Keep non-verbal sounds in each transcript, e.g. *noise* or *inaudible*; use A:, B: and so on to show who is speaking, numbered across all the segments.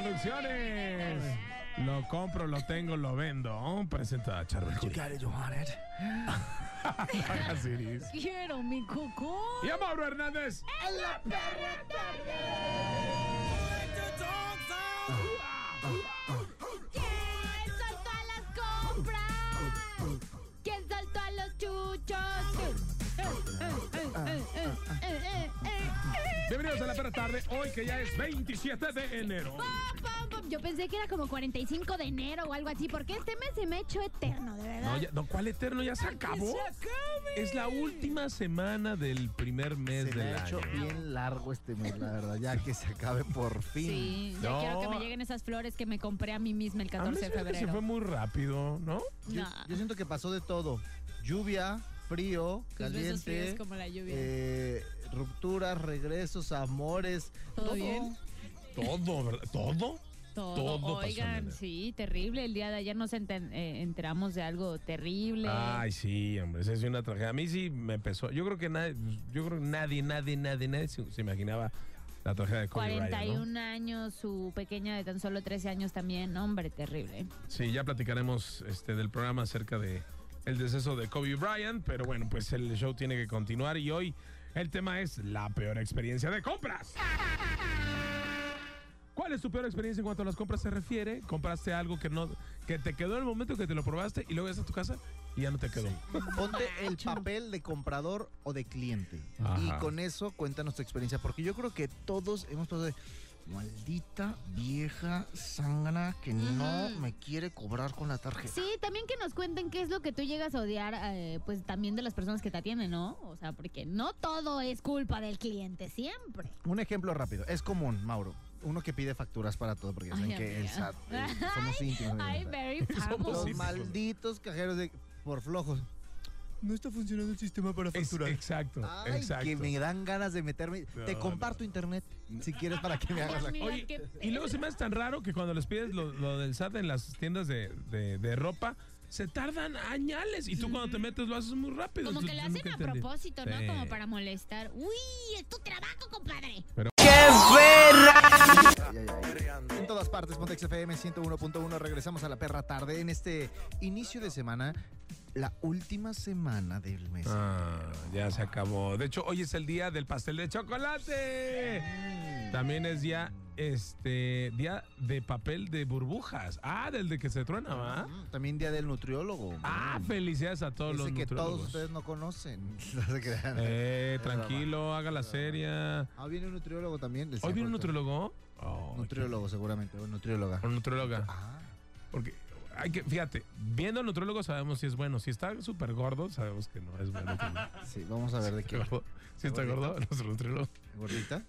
A: Producciones. Lo compro, lo tengo, lo vendo. Presenta a Charles Curry. Así es.
B: Quiero mi cucú.
A: Y a Mauro Hernández.
B: ¿Quién saltó a las compras? ¿Quién saltó a los chuchos?
A: Bienvenidos a la perra tarde. Hoy que ya es 27 de enero.
B: Pom, pom. Yo pensé que era como 45 de enero o algo así, porque este mes se me ha hecho eterno, de verdad.
A: No, ya- no, ¿cuál eterno? ¿Ya se acabó? Es la última semana del primer mes
C: Se me
A: del
C: ha
A: año.
C: hecho bien largo este mes, la verdad, ya que se acabe por fin.
B: Sí, ya
A: No.
B: quiero que me lleguen esas flores que me compré a mí misma el
A: A mí
B: 14 de
A: se me hace que se
B: febrero.
A: fue muy rápido, ¿no?
C: Yo,
B: No,
C: yo siento que pasó de todo. Lluvia, frío,
B: tus besos fríos
C: caliente,
B: como la lluvia.
C: eh, rupturas, regresos, amores.
B: ¿Todo bien?
A: Todo, ¿verdad? ¿Todo?
B: Todo,
A: todo pasó en
B: oigan,
A: enero.
B: sí, terrible. El día de ayer nos enten- eh, enteramos de algo terrible.
A: Ay, sí, hombre, esa es una tragedia. A mí sí me pesó. Yo creo que nadie, yo creo que nadie, nadie, nadie, nadie se, se imaginaba la tragedia de Kobe Bryant, ¿no?
B: 41 años, su pequeña de tan solo 13 años también, hombre, terrible.
A: Sí, ya platicaremos este, del programa acerca de el deceso de Kobe Bryant, pero bueno, pues el show tiene que continuar y hoy el tema es la peor experiencia de compras. ¿Cuál es tu peor experiencia en cuanto a las compras se refiere? ¿Compraste algo que no que te quedó en el momento que te lo probaste y luego vas a tu casa y ya no te quedó?
B: *laughs*
C: Ponte el papel de comprador o de cliente.
A: Ajá.
C: Y con eso cuéntanos tu experiencia, porque yo creo que todos hemos pasado de maldita vieja sangra que no
B: Ujú.
C: me quiere cobrar con la tarjeta.
B: Sí, también que nos cuenten qué es lo que tú llegas a odiar, eh, pues también de las personas que te atienden, ¿no? O sea, porque no todo es culpa del cliente, siempre.
C: Un ejemplo rápido, es común, Mauro. Uno que pide facturas para todo, porque ya saben
B: Ay,
C: que el
B: amiga.
C: SAT, eh, somos íntimos.
B: Ay,
A: *laughs*
C: ¿verdad?
B: very famous.
C: Los
A: Sí, sí, sí.
C: malditos cajeros de por flojos. No está funcionando el sistema para
A: Ex- exacto,
C: Ay,
A: exacto.
C: que me dan ganas de meterme. Te
A: No,
C: comparto internet si quieres para que me hagas la
B: Mira
A: Oye,
B: qué
A: y luego se me hace tan raro que cuando les pides lo, lo del SAT en las tiendas de, de- de ropa, se tardan añales y tú cuando te metes lo haces muy rápido.
B: Como que lo
A: Entonces,
B: hacen a
A: nunca entendí.
B: propósito, ¿no?
A: Sí.
B: Como para molestar. Uy, es tu trabajo, compadre.
C: En todas partes, Pontex FM 101.1. Regresamos a la perra tarde en este inicio de semana, la última semana del mes.
A: Ah, ya se acabó. De hecho, hoy es el día del pastel de chocolate. También es día, este, día de papel de burbujas. Ah, del de que se truena, ¿va?
C: Mm, También día del nutriólogo.
A: Ah,
C: Mm.
A: felicidades a todos
C: Ese
A: los
C: que todos
A: nutriólogos.
C: ustedes no conocen. *laughs* No se crean.
A: Eh,
C: Es
A: tranquilo, haga la
C: Es broma.
A: seria.
C: Ah, viene un nutriólogo también. les
A: ¿Hoy viene un
C: cuento.
A: nutriólogo? Oh,
C: Nutriólogo, seguramente. O nutrióloga.
A: qué- Un nutrióloga.
C: Ah,
A: Porque hay que, fíjate, viendo al nutrólogo sabemos si es bueno. Si está súper gordo, sabemos que no es
C: *laughs*
A: bueno.
C: sí, vamos a ver de
A: Si
C: qué.
A: está gordo- si está gordo, nuestro nutrólogo *laughs*
C: ¿Gordita?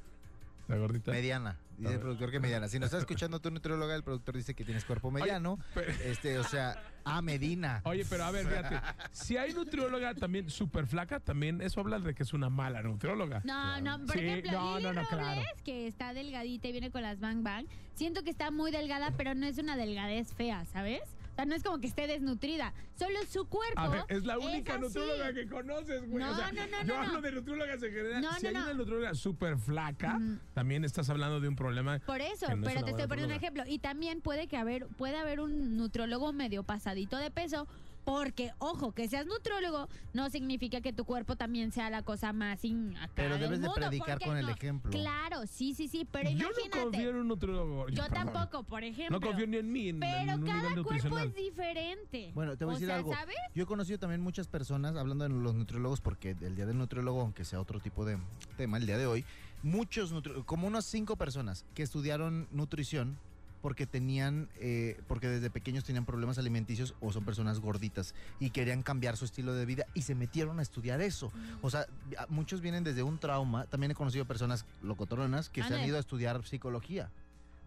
A: está gordita.
C: Mediana.
A: A
C: Dice
A: ver.
C: el productor que mediana. Si nos está escuchando tu nutrióloga, el productor dice que tienes cuerpo mediano.
A: Pero-
C: Este, o sea, a Medina.
A: Oye, pero a ver, fíjate. Si hay nutrióloga también súper flaca, también eso habla de que es una mala nutrióloga.
B: No, no, por
A: Sí,
B: ejemplo,
A: no,
B: Lili
A: no, no,
B: Robles,
A: claro.
B: que está delgadita y viene con las bang bang, siento que está muy delgada, pero no es una delgadez fea, ¿sabes? O sea, no es como que esté desnutrida, solo su cuerpo.
A: A ver, es la única
B: así.
A: nutrióloga que conoces, güey.
B: No,
A: O sea,
B: no, no,
A: yo
B: no,
A: hablo
B: no.
A: de nutriólogas en general.
B: No,
A: si
B: no, Mm.
A: hay
B: no.
A: una nutrióloga súper flaca,
B: Ujú.
A: también estás hablando de un problema.
B: Por eso,
A: Que no es
B: pero
A: una
B: te
A: buena
B: estoy poniendo un
A: nutrióloga.
B: ejemplo. Y también puede que haber, puede haber un nutrólogo medio pasadito de peso, porque, ojo, que seas nutrólogo no significa que tu cuerpo también sea la cosa más in acá
C: Pero
B: del
C: debes de
B: mundo,
C: predicar
B: porque
C: con el
B: no.
C: ejemplo.
B: Claro, sí, sí, sí, pero
A: yo
B: imagínate.
A: no confío en un nutriólogo.
B: yo
A: perdón.
B: tampoco, por ejemplo.
A: No confío ni en mí, en, en
B: Pero
A: un nivel
B: cada cuerpo
A: nutricional.
B: es diferente.
C: Bueno, te voy
B: O
C: a decir
B: sea,
C: algo.
B: ¿sabes?
C: Yo he conocido también muchas personas hablando de los nutriólogos, porque el día del nutriólogo, aunque sea otro tipo de tema, el día de hoy, muchos, nutri- como unas cinco personas que estudiaron nutrición, porque tenían, eh, porque desde pequeños tenían problemas alimenticios o son personas gorditas y querían cambiar su estilo de vida y se metieron a estudiar eso.
B: Mm.
C: O sea, a- muchos vienen desde un trauma. También he conocido personas locotoronas que se han
B: Ándale.
C: ido a estudiar psicología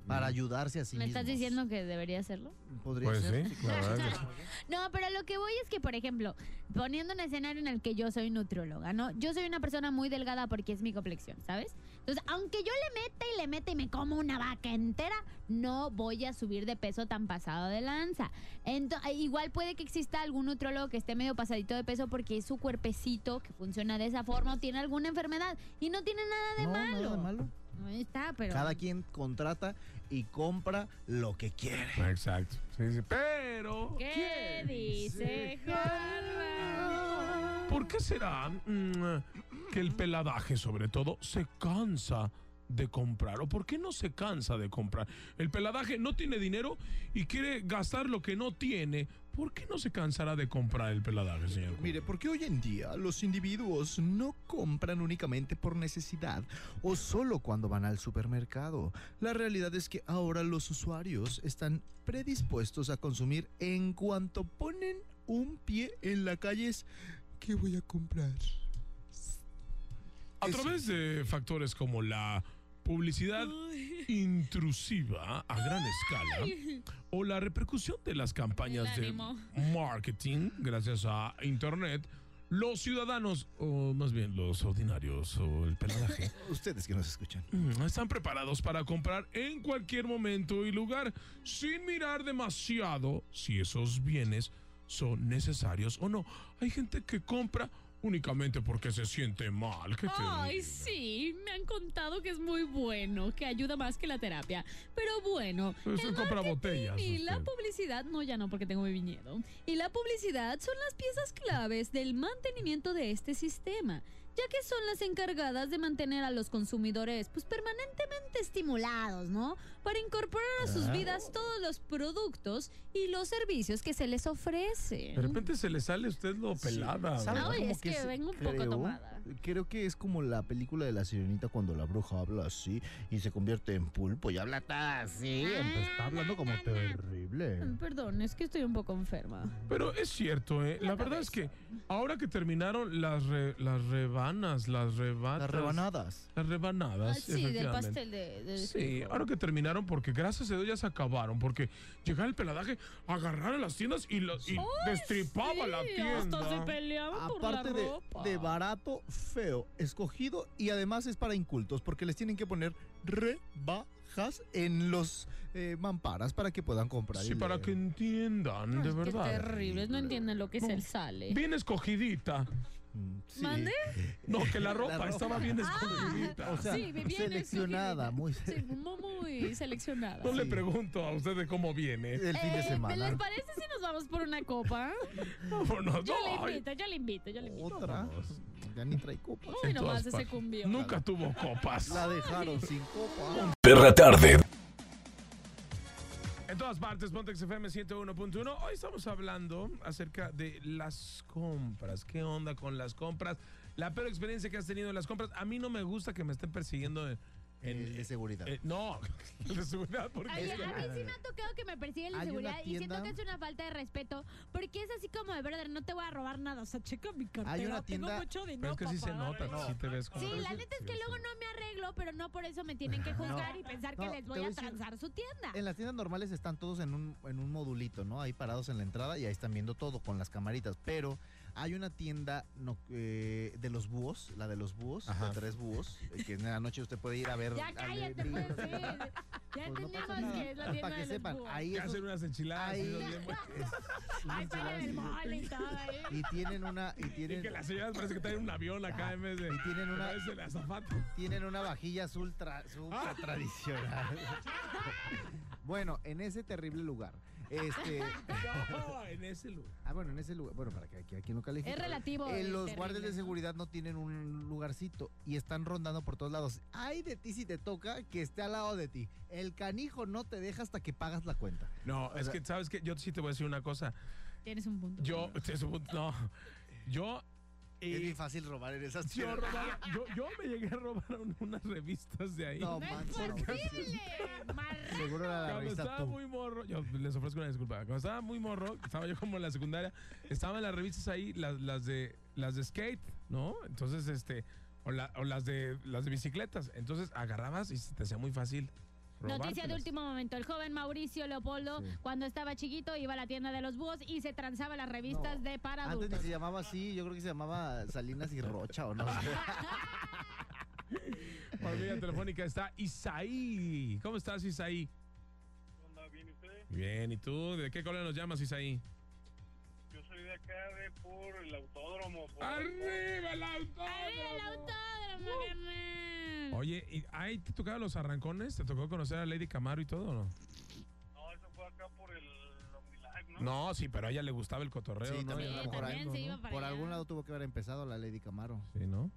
C: para ayudarse a sí
B: ¿Me estás
C: mismos.
B: diciendo que debería hacerlo?
C: Podría
A: Pues
C: ser.
A: sí, la verdad que sí.
B: No, pero lo que voy es que, por ejemplo, poniendo un escenario en el que yo soy nutrióloga, ¿no? Yo soy una persona muy delgada porque es mi complexión, ¿sabes? Entonces, aunque yo le meta y le meta y me como una vaca entera, no voy a subir de peso tan pasado de lanza. Ento- eh, igual puede que exista algún nutrólogo que esté medio pasadito de peso porque es su cuerpecito que funciona de esa forma o tiene alguna enfermedad y no tiene nada de
C: No,
B: malo.
C: nada de malo.
B: Ahí está, pero...
C: Cada quien contrata y compra lo que quiere.
A: Exacto. Sí, sí. Pero.
B: ¿Qué dice Juan?
A: ¿Por qué será mm, que el peladaje, sobre todo, se cansa de comprar? ¿O por qué no se cansa de comprar? El peladaje no tiene dinero y quiere gastar lo que no tiene. ¿Por qué no se cansará de comprar el peladaje, señor?
C: Mire, porque hoy en día los individuos no compran únicamente por necesidad o solo cuando van al supermercado. La realidad es que ahora los usuarios están predispuestos a consumir en cuanto ponen un pie en la calle. es, ¿Qué voy a comprar?
A: A través de factores como la publicidad intrusiva a gran escala o la repercusión de las campañas
B: El
A: de
B: ánimo.
A: marketing gracias a Internet, los ciudadanos, o más bien los ordinarios o el
D: *laughs*
A: peladaje,
C: Ustedes que nos escuchan.
A: mm, están preparados para comprar en cualquier momento y lugar sin mirar demasiado si esos bienes son necesarios o no. Hay gente que compra únicamente porque se siente mal. qué
D: Ay,
A: terrible.
D: sí, me han contado que es muy bueno, que ayuda más que la terapia. Pero bueno,
A: Pero usted
D: el
A: Pues compra
D: marketing
A: botellas,
D: Y la
A: usted.
D: publicidad, no, ya no, porque tengo mi viñedo. Y la publicidad son las piezas claves del mantenimiento de este sistema, ya que son las encargadas de mantener a los consumidores, pues permanentemente estimulados, ¿no? Para incorporar a
A: Ah.
D: sus vidas todos los productos y los servicios que se les
A: De
D: ofrecen.
A: repente se le sale a usted lo pelada.
C: ¿Sabe
D: Ay,
C: cómo
D: es que
C: se-
D: vengo un poco tomada.
C: Creo que es como la película de la sirenita cuando la bruja habla así y se convierte en pulpo y habla toda así.
D: Ah,
C: Pues, Está hablando como terrible.
D: Perdón, es que estoy un poco enferma.
A: Pero es cierto, ¿eh? la verdad es que ahora que terminaron las, re- las rebanas, las rebatas.
C: Las rebanadas.
A: Las rebanadas.
D: Ah, sí, del
A: Ah, efectivamente.
D: pastel de... de
A: Sí, ahora que terminaron, porque gracias a Dios ya se acabaron, porque llegaba el peladaje, agarraron las tiendas y, la- y destripaba la
D: Sí, Hasta se
A: tienda.
D: peleaban por la
C: Aparte de,
D: ropa.
C: de barato, feo, escogido y además es para incultos porque les tienen que poner rebajas en los eh, mamparas para que puedan comprar.
A: Sí,
C: y
A: para
C: leer.
A: que entiendan, de
D: Ay, Qué
A: verdad.
D: terribles, no entienden lo que es
A: No.
D: el sale.
A: Bien escogidita.
C: Mm, sí.
D: ¿Mande?
A: No, que
C: *laughs*
A: la ropa,
C: ropa.
A: estaba
D: Ah.
A: bien escogidita.
C: O sea,
D: Sí, bien escogidita.
C: seleccionada, muy
D: Sí, muy, muy seleccionada.
A: no le
C: sí.
A: pregunto a usted de cómo viene.
C: el fin de
D: Eh, ¿Les
C: semana.
D: parece si nos vamos por una
A: *laughs*
D: copa?
A: Vámonos,
D: Yo le
A: no, ay,
D: invito, yo le invito, yo le invito.
C: Otra. Ya ni trae copa.
D: Uy,
A: en
D: nomás
A: todas
D: ese
A: partes.
D: cumbión.
A: Nunca tuvo copas.
C: La dejaron sin copa.
E: Perra tarde.
A: En todas partes, Pontex FM 101.1. Hoy estamos hablando acerca de las compras. ¿Qué onda con las compras? La peor experiencia que has tenido en las compras. A mí no me gusta que me estén persiguiendo en. en-
C: El de seguridad.
A: eh, no, *laughs* el de seguridad. Porque
B: Ay,
A: es
B: a
A: como-
B: mí sí me ha tocado que me persigue la
C: Hay una
B: inseguridad y siento
C: tienda-
B: que es una falta de respeto porque es así como de brother, no te voy a robar nada, o sea, checa mi cartera,
C: Hay una
D: Tengo
C: tienda-
D: mucho
A: pero
D: dinero
A: es que sí se
D: para
A: nota,
D: pagar.
A: sí te ves como.
B: Sí, la neta es que luego no me arreglo, pero no por eso me tienen que juzgar y pensar que
C: *laughs* no,
B: les
C: te
B: voy
C: voy a
B: a
C: decir-
B: transar su tienda.
C: En las tiendas normales están todos en un, en un modulito, ¿no? Ahí parados en la entrada y ahí están viendo todo con las camaritas. Pero hay una tienda no- eh, de los búhos, la de los búhos,
A: Ajá.
C: de tres búhos, eh, que en la noche usted puede ir a ver.
B: Ya
C: a
B: cállate,
C: ver- *laughs*
B: puedes ir. Ya
C: Pues no pasa
B: entendimos
C: nada.
B: que es la
C: Pues
B: tienda
C: para que
B: de los
C: sepan,
B: búhos.
C: ahí
A: Que
C: es
A: hacen unas enchiladas.
C: ahí-
A: y los bien buenos.
B: Ahí sale el mall y todo, ¿eh?
C: *laughs* y tienen una y
A: Y que
C: tienen,
A: las señoras parece que traen un avión
C: Ah.
A: acá en vez de.
C: y
A: *laughs*
C: tienen una-
A: en vez de la azafata.
C: *laughs*
A: *laughs*
C: tienen una vajilla azul tra- súper tradicional. bueno, en ese terrible lugar. Este,
A: No, en ese lugar.
C: ah, bueno, en ese lugar, bueno, para que aquí, aquí no califique.
B: Es relativo.
C: Eh,
B: el
C: los
B: terrible.
C: guardias de seguridad no tienen un lugarcito y están rondando por todos lados. Ay de ti si te toca que esté al lado de ti. El canijo no te deja hasta que pagas la cuenta.
A: No, es
C: sea-
A: que, ¿sabes qué? Yo sí te voy a decir una cosa.
D: Tienes un punto.
A: Yo, es un- no, yo,
C: es
A: eh,
C: bien fácil robar en esas
A: yo,
C: tiendas.
A: robaba- yo, yo me llegué a robar un- unas revistas de ahí.
C: No,
B: ¡No es
C: manches, Mauricio.
B: posible!
C: Seguro la
A: Cuando
C: revista
A: estaba
C: Tú.
A: muy morro, yo les ofrezco una disculpa. Cuando estaba muy morro, estaba yo como en la secundaria, estaban las revistas ahí, las, las de las de skate, ¿no? Entonces, este, o, la- o las de las de bicicletas. Entonces agarrabas y se te hacía muy fácil.
B: Noticia de
A: robártelas.
B: último momento. El joven Mauricio Leopoldo,
C: Sí.
B: cuando estaba chiquito, iba a la tienda de los búhos y se transaba las revistas
C: Ah, No.
B: de para
C: Antes ni
B: adultos.
C: se llamaba así, yo creo que se llamaba Salinas y Rocha o no. sé.
A: Por vía telefónica está Isaí. ¿Cómo estás, Isaí?
F: onda? ¿Bien usted?
A: Bien, ¿y tú? ¿De qué color nos llamas, Isaí?
F: Yo soy de acá, de por el autódromo. por-
A: ¡Arriba el auto!
B: ¡Arriba el autódromo,
C: Uh.
B: carnal!
A: Oye, ¿y ahí te tocaban los arrancones? ¿Te tocó conocer a Lady Camaro y todo o no?
F: No, eso fue acá por el Omnilag, ¿no?
A: No, sí, pero a ella le gustaba el cotorreo,
C: Sí,
A: ¿no?
C: también,
A: Ella
C: a
A: era
C: lo mejor
B: también
A: algo,
B: se
A: ¿no?
B: iba para
C: Por
B: allá.
C: algún lado tuvo que haber empezado la Lady Camaro.
A: Sí, ¿no?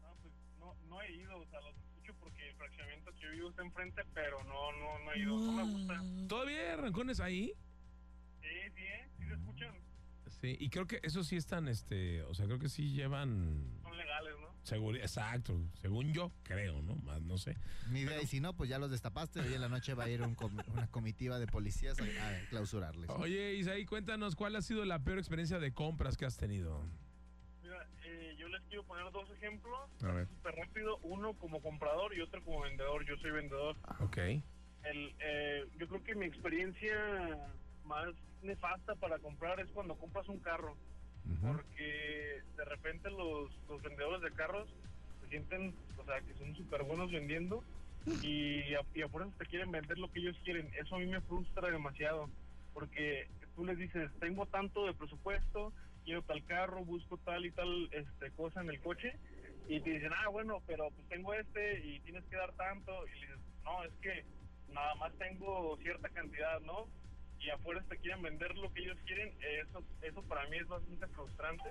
F: No, pues, no, no he ido, o sea, los escucho porque el fraccionamiento que yo vivo está enfrente, pero no, no, no he ido. No me gusta.
B: Mm.
A: ¿Todavía hay arrancones ahí?
F: Sí, sí, ¿eh? sí se escuchan.
A: Sí, y creo que eso sí están, este, o sea, creo que sí llevan
F: Son legales, ¿no?
A: seguridad, exacto, según yo creo, ¿no? Más no sé.
C: Ni idea, y si no, pues ya los destapaste. Hoy en la noche va a ir un com- una comitiva de policías a, a clausurarles.
A: Oye, Isaí, cuéntanos cuál ha sido la peor experiencia de compras que has tenido.
F: Mira, eh, yo les quiero poner dos ejemplos.
A: A ver.
F: Súper rápido, uno como comprador y otro como vendedor. Yo soy vendedor.
A: Ok.
F: El, eh, yo creo que mi experiencia más nefasta para comprar es cuando compras un carro.
A: Ujú.
F: porque de repente los, los vendedores de carros se sienten, o sea, que son súper buenos vendiendo y a, y a fuerzas te quieren vender lo que ellos quieren. Eso a mí me frustra demasiado, porque tú les dices, tengo tanto de presupuesto, quiero tal carro, busco tal y tal este, cosa en el coche, y te dicen, ah, bueno, pero pues tengo este y tienes que dar tanto, y le dices, no, es que nada más tengo cierta cantidad, ¿no? y afuera te quieren vender lo que ellos quieren, eso, eso para mí es bastante frustrante,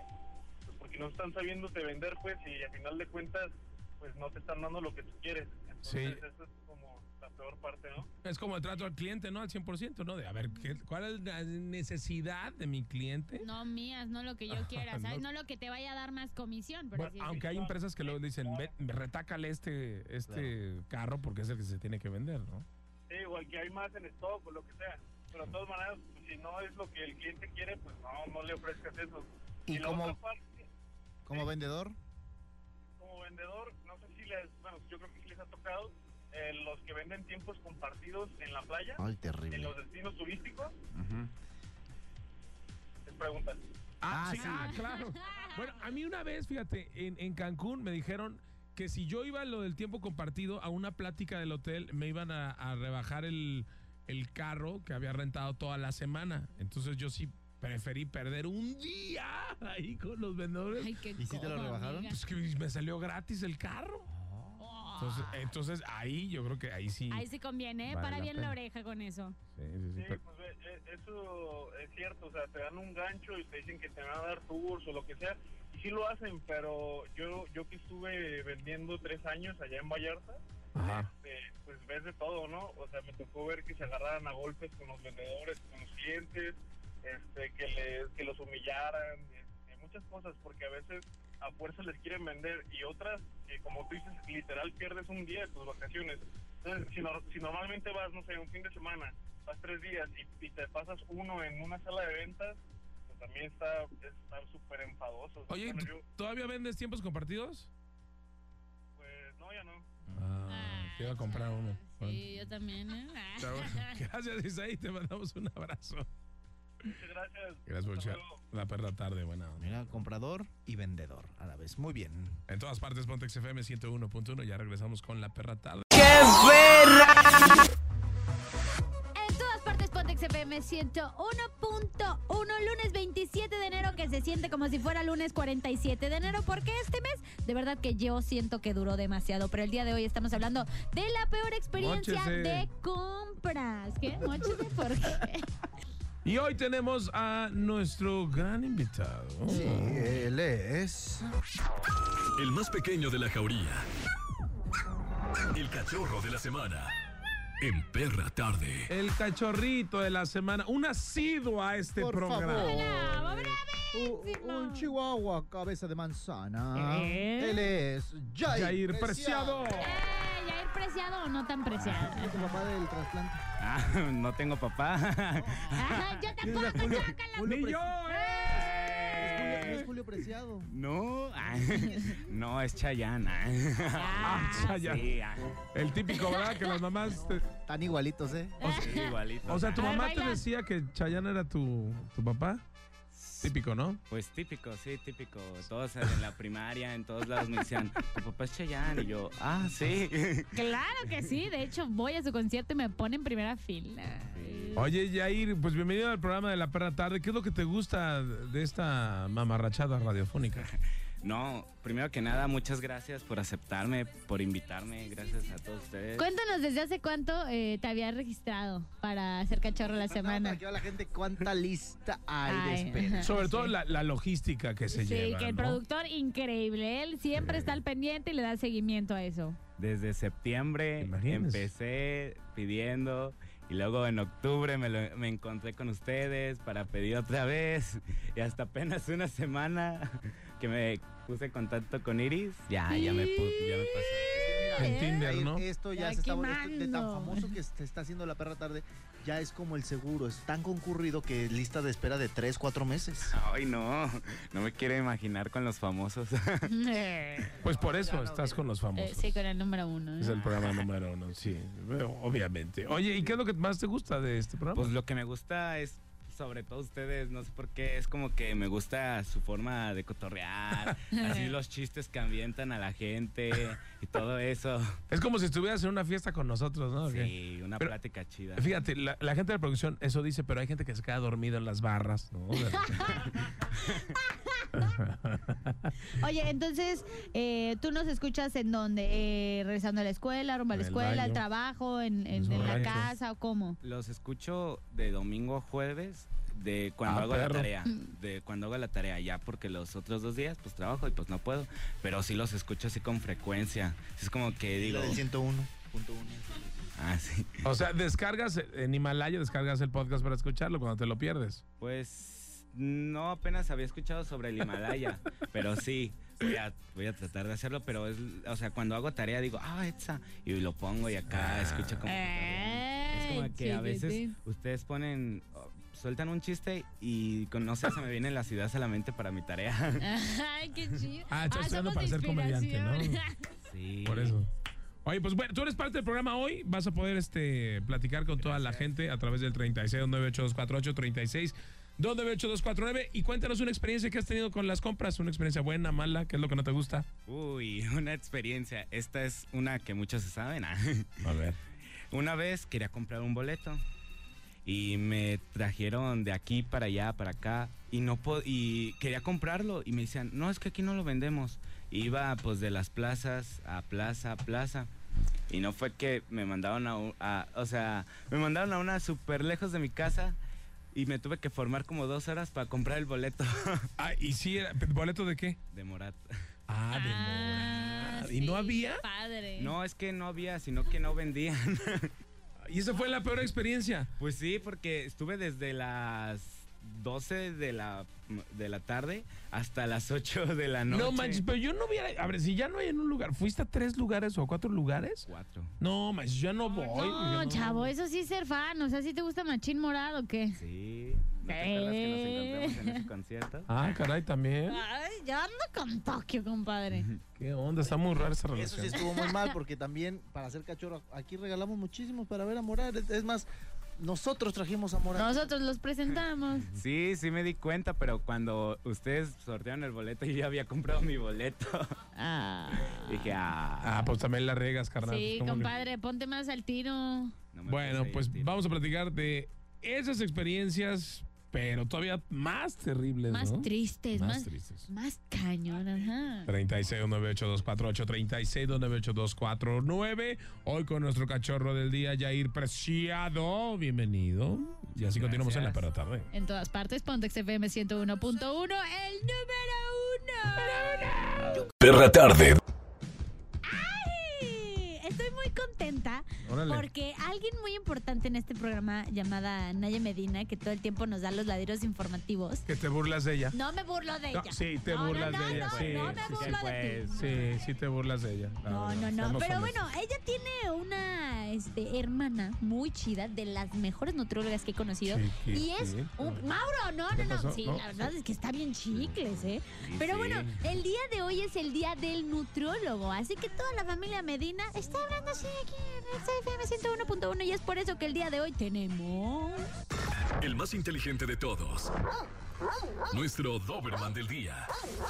F: pues, porque no están sabiéndote vender, pues, y al final de cuentas, pues no te están dando lo que tú quieres. Entonces,
A: Sí.
F: esa es como la peor parte, ¿no?
A: Es como el trato al cliente, ¿no? Al 100%, ¿no? De a ver, ¿qué- ¿cuál es la necesidad de mi cliente?
B: No mías, no lo que yo
C: *laughs*
B: quiera, ¿sabes?
A: No.
B: No, lo que te vaya a dar más comisión, por
A: Bueno,
B: así
A: aunque hay
F: Claro,
A: empresas que luego
F: sí,
A: dicen,
F: claro.
A: "Ve, retácale este, este carro porque es el que se tiene que vender, ¿no?
F: Sí, igual que hay más en stock o lo que sea. Pero de todas maneras, pues, si no es lo que el cliente quiere, pues no, no le ofrezcas eso.
C: ¿Y
F: la
C: cómo-
F: otra parte,
C: Como vendedor,
F: como vendedor, no sé si les, bueno, yo creo que sí les ha tocado, eh, los que venden tiempos compartidos en la playa,
C: ay,
F: en
C: terrible.
F: los destinos turísticos, les preguntan.
A: Ah,
C: Ah,
A: sí,
C: sí.
A: ah, claro. Bueno, a mí una vez, fíjate, en, en Cancún me dijeron que si yo iba a lo del tiempo compartido a una plática del hotel, me iban a, a rebajar el, el carro que había rentado toda la semana. Entonces yo sí preferí perder un día ahí con los vendedores.
D: Ay, qué
C: ¿Y si te lo
D: codo,
C: rebajaron?
D: amiga.
A: Pues que me salió gratis el carro. Entonces, entonces ahí yo creo que ahí sí.
B: Ahí sí conviene, ¿eh?
A: Vale
B: Para
A: la
B: bien
A: pena.
B: la oreja con eso.
A: Sí, sí, sí,
F: Sí,
A: pero-
F: pues eh, eh, eso es cierto, o sea, te dan un gancho y te dicen que te van a dar tours o lo que sea, y sí lo hacen, pero yo yo que estuve vendiendo tres años allá en Vallarta,
A: Ajá.
F: eh, pues ves de todo, ¿no? O sea, me tocó ver que se agarraran a golpes con los vendedores, con los clientes, este, que, les, que los humillaran, este, muchas cosas, porque a veces a fuerza les quieren vender y otras, que como tú dices, literal pierdes un día de tus vacaciones. Entonces, si, nor- si normalmente vas, no sé, un fin de semana, vas tres días y, y te pasas uno en una sala de ventas, pues también está está súper enfadoso.
A: Oye,
F: Bueno,
A: ¿tú-
F: yo,
A: ¿todavía vendes tiempos compartidos?
F: pues no, ya no.
A: Ah, te iba a comprar uno.
D: Sí, yo también, ¿eh?
B: Ah. *laughs*
A: Está bueno. Gracias, Isaí. Te mandamos un abrazo.
F: Muchas gracias.
A: Gracias por
F: Hasta
A: echar
F: luego.
A: la perra tarde. Buena onda.
C: Mira, comprador y vendedor a la vez. Muy bien.
A: En todas partes, Pontex FM 101.1. Ya regresamos con la perra tarde.
B: En todas partes, Pontex FM 101.1, lunes 27 de enero, que se siente como si fuera lunes 47 de enero, porque este mes, de verdad que yo siento que duró demasiado, pero el día de hoy estamos hablando de la peor experiencia
A: Móchese.
B: de compras. ¿Qué? Móchese, ¿por
A: *laughs*
B: qué?
A: Y hoy tenemos a nuestro gran invitado.
C: él es.
A: Este
E: El más pequeño de la jauría. El cachorro de la semana. En perra tarde.
A: El cachorrito de la semana. Un asiduo a este
C: Por
A: programa.
C: favor.
B: ¡Bravo, bravo!
C: Un, un chihuahua cabeza de manzana.
B: ¿Eh?
C: Él es Jair,
A: Jair Preciado.
B: ¡Eh, Jair preciado o no tan preciado?
A: *laughs*
C: Tu papá del trasplante.
G: Ah, *laughs* no tengo papá.
B: Ajá, yo tampoco, chácala.
A: ¡Ni yo,
B: ¿eh?
C: No
A: eh!
C: es Julio Preciado.
G: No,
A: *laughs*
G: ah, no, es Chayana.
A: Ah, o sea, ya. El típico, ¿verdad? Que las mamás. te-
C: Tan igualitos, ¿eh?
G: igualito. Ah,
A: O sea, tu
B: A ver,
A: mamá te
B: baila.
A: decía que Chayanne era tu, tu papá. Típico, ¿no?
G: Pues típico, sí, típico. Todos en la primaria, en todos lados me decían, tu papá es Chayanne. Y yo, ah, sí. *laughs*
B: Claro que sí, de hecho voy a su concierto y me pone en primera fila.
A: Oye, Yair, pues bienvenido al programa de La Perra Tarde. ¿Qué es lo que te gusta de esta mamarrachada
B: *laughs*
A: radiofónica?
G: No, primero que nada, muchas gracias por aceptarme, por invitarme. Gracias a todos ustedes.
B: Cuéntanos desde hace cuánto eh, te habías registrado para hacer cachorro la
A: Pues
B: semana.
C: Aquí va la gente cuánta lista hay
B: Ay,
C: de espera.
B: ajá.
A: Sobre
B: Pues, sí.
A: todo la, la logística que se
B: Sí,
A: lleva.
B: que el
A: ¿no?
B: productor increíble, él siempre está al pendiente y le da seguimiento a eso.
G: Desde septiembre
A: Imagínense.
G: empecé pidiendo y luego en octubre me, lo- me encontré con ustedes para pedir otra vez y hasta apenas una semana que me puse en contacto con Iris.
A: Ah,
G: Ya, ya me, pu- ya me pasé.
A: En Tinder, ¿no?
C: ¿Eh? Esto ya
B: Ya
C: se está volviendo de tan
B: quemando.
C: famoso que se está haciendo la perra tarde. Ya es como el seguro, es tan concurrido que lista de espera de 3, 4 meses.
G: Ay, no, no me quiero imaginar con los famosos.
B: Eh, *laughs*
A: Pues por eso estás con los famosos.
B: sí, con el número uno. ¿eh?
A: Es el programa número uno, sí, eh, obviamente. Oye, ¿y qué es lo que más te gusta de este programa?
G: Pues lo que me gusta es, sobre todo ustedes, no sé por qué, es como que me gusta su forma de *laughs* cotorrear, así los chistes que ambientan a la gente y todo eso.
A: es como si estuvieras en una fiesta con nosotros, ¿no? ¿O qué?
G: Sí, una
A: Pero-
G: plática chida.
A: Fíjate, la, la gente de la producción eso dice, pero hay gente que se queda dormida en las barras, ¿no? O
B: *laughs*
A: sea,
H: Oye, entonces, eh, tú nos escuchas en dónde? Eh, regresando a la escuela, rumbo a la
A: En el
H: escuela, al
A: baño.
H: trabajo, en, en-
A: Los
H: en la
A: borrachos.
H: casa o cómo.
G: Los escucho de domingo a jueves, de cuando
A: Ah,
G: hago
A: perro.
G: la tarea, de cuando hago la tarea ya, porque los otros dos días pues trabajo y pues no puedo, pero sí los escucho así con frecuencia. Es como que
C: Y
G: digo,
C: la del 101.
G: ah, sí.
A: o sea, descargas en Himalaya, descargas el podcast para escucharlo cuando te lo pierdes.
G: Pues no apenas había escuchado sobre el Himalaya, pero sí, voy a, voy a tratar de hacerlo, pero es, o sea, cuando hago tarea digo, ah, Etza, y lo pongo y acá escucho como... Es como que a veces
D: chiquitín.
G: ustedes ponen, oh, sueltan un chiste y con- no sé, se me viene la ciudad solamente para mi tarea.
B: *laughs* Ay, qué chido.
A: Ah, estás estudiando
B: somos
A: para
B: de
A: ser comediante, ¿no?
B: *laughs* inspiración.
G: Sí.
A: Por
B: *laughs*
A: eso. Oye, pues bueno, tú eres parte del programa hoy. Vas a poder este, platicar con toda la gente a través del 36-298-248, 36 298-249 y cuéntanos una experiencia que has tenido con las compras, una experiencia buena, mala, qué es lo que no te gusta.
G: Uy, una experiencia. Esta es una que muchos se saben. ah.
A: A ver.
G: Una vez quería comprar un boleto y me trajeron de aquí para allá, para acá y no po- y quería comprarlo y me decían, "No, es que aquí no lo vendemos." Iba pues de las plazas a plaza a plaza. Y no fue que me mandaron a, u- a- o sea, me mandaron a una súper lejos de mi casa y me tuve que formar como dos horas para comprar el boleto *laughs*
A: Ah, y sí, era- ¿boleto de qué?
G: de Morat.
A: Ah, de
B: Ah,
A: Morat. ¿Y no
B: sí,
A: había?
B: Padre.
G: No, es que no había, sino que no vendían.
A: Y esa fue la peor experiencia.
G: Pues sí, porque estuve desde las 12 de la, de la tarde hasta las 8 de la noche.
A: No manches, pero yo no hubiera. A ver, si ya no hay en un lugar, ¿fuiste a tres lugares o a cuatro lugares?
G: Cuatro.
A: No manches, ya no voy.
B: No, chavo, eso sí es ser fan. O sea, ¿sí te gusta Machín Morado o qué?
G: Sí. ¿No te acuerdas que nos encontramos en ese concierto?
A: Ah, caray, también.
B: Ay, ya ando con Tokio, compadre.
A: ¿Qué onda? Está muy rara esa
C: Eso sí
A: relación.
C: estuvo muy mal
A: *laughs*
C: porque también para hacer cachorro, aquí regalamos muchísimos para ver a Morar. Es, es más, nosotros trajimos a Morar.
B: Nosotros los presentamos.
G: Sí, sí me di cuenta, pero cuando ustedes sortearon el boleto, yo ya había comprado mi boleto.
B: *laughs* Ah.
G: Dije, ah.
A: Ah, pues también la riegas, carnal.
B: Sí,
A: ¿Cómo que-
B: compadre, ponte más al tiro.
G: no me
A: Bueno,
G: puse a
A: pues
G: divertir.
A: vamos a platicar de esas experiencias, pero todavía más terribles,
B: Más
A: ¿no?
B: tristes,
A: Más
B: más,
A: tristes.
B: más cañón, ajá.
A: 36-298-248, 36-298-249. Hoy con nuestro cachorro del día, Jair Preciado. Bienvenido. Y así continuamos en la perra tarde.
B: En todas partes, Pontex FM 101.1, el número uno.
E: Perra tarde.
B: Ay, Estoy muy contenta cuenta
A: Órale.
B: porque alguien muy importante en este programa llamada Naya Medina, que todo el tiempo nos da los ladrillos informativos.
A: Que te burlas de ella.
B: No me burlo de
A: No,
B: ella.
A: sí, te
B: No, no,
A: burlas
B: no,
A: de ella,
B: No,
A: sí,
B: no me
A: sí, pues,
B: burlo de ti.
A: Sí, sí te burlas de ella. la
B: No, no,
A: verdad,
B: no.
A: seamos
B: Pero bueno,
A: honestos.
B: ella tiene una este, hermana muy chida, de las mejores nutriólogas que he conocido. Y es
A: Chiquitito.
B: un... Mauro, no,
A: ¿Qué
B: no, no.
A: pasó?
B: Sí,
A: No.
B: la verdad es que está bien chicles, ¿eh?
G: Sí,
B: Pero
G: sí.
B: bueno, el día de hoy es el día del nutriólogo, así que toda la familia Medina está hablando así aquí en XFM 101.1 y es por eso que el día de hoy tenemos...
E: El más inteligente de todos. Nuestro Doberman del día.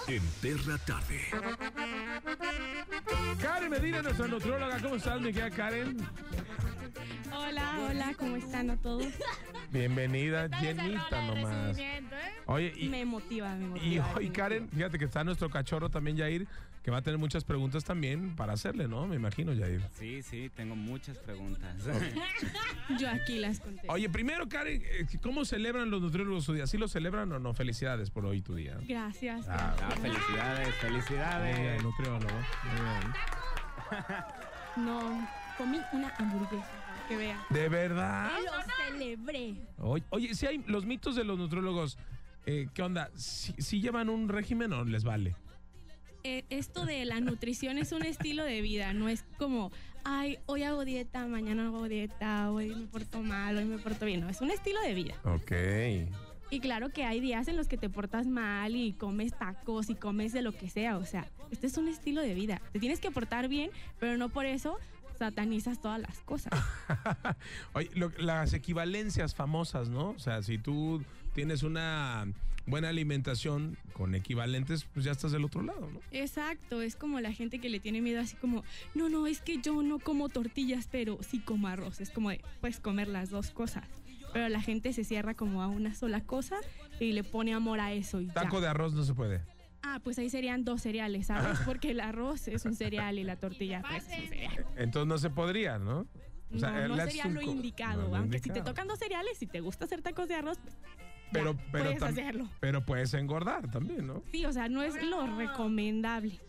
E: En Perra Tarde.
A: Karen Medina, nuestra nutrióloga. ¿Cómo estás, mi querida Karen?
I: Hola, hola, ¿cómo están a todos?
A: Bienvenida, llenita nomás. Oye, y,
I: ¿eh? Me motiva, me motiva.
A: y hoy,
I: definitivo.
A: Karen, fíjate que está nuestro cachorro también, Yair, que va a tener muchas preguntas también para hacerle, ¿no? Me imagino, Yair.
G: Sí, sí, tengo muchas preguntas.
I: Yo aquí las conté.
A: Oye, primero, Karen, eh, ¿cómo celebran los nutriólogos su día? ¿Sí lo celebran o no? Felicidades por hoy tu día.
I: Gracias.
A: Ah,
G: Ah, felicidades,
A: muy bien,
G: felicidades.
A: nutriólogo. Muy bien.
I: No, comí una hamburguesa. para Que vea.
A: ¿De verdad?
B: Lo celebré.
A: Oye, oye, si hay los mitos de los nutrólogos, eh, ¿qué onda? ¿Si, si llevan un régimen o les vale?
I: Eh, esto de la nutrición es un estilo de vida, no es como, ay, hoy hago dieta, mañana hago dieta, hoy me porto mal, hoy me porto bien. No, es un estilo de vida.
A: Ok.
I: Y claro que hay días en los que te portas mal y comes tacos y comes de lo que sea. O sea, este es un estilo de vida. Te tienes que portar bien, pero no por eso satanizas todas las cosas.
A: Oye, lo- las equivalencias famosas, ¿no? O sea, si tú tienes una buena alimentación con equivalentes, pues ya estás del otro lado, ¿no?
I: Exacto, es como la gente que le tiene miedo así como, no, no, es que yo no como tortillas, pero sí como arroz. Es como de, pues comer las dos cosas. Pero la gente se cierra como a una sola cosa y le pone amor a eso y ya.
A: Taco de Ah. arroz no se puede.
I: Ah, pues ahí serían dos cereales, ¿sabes? Porque el arroz es un cereal y la tortilla pues, es un cereal.
A: Entonces no se podría, ¿no? eh, O sea,
I: no, no
A: let's
I: sería lo
A: co-
I: indicado.
A: no lo
I: aunque si te
A: indicado.
I: tocan dos cereales y te gusta hacer tacos de arroz,
A: Pero-
I: pero,
A: pero
I: puedes
A: tam-
I: hacerlo.
A: Pero puedes engordar también, ¿no?
I: Sí, o sea, no es lo recomendable.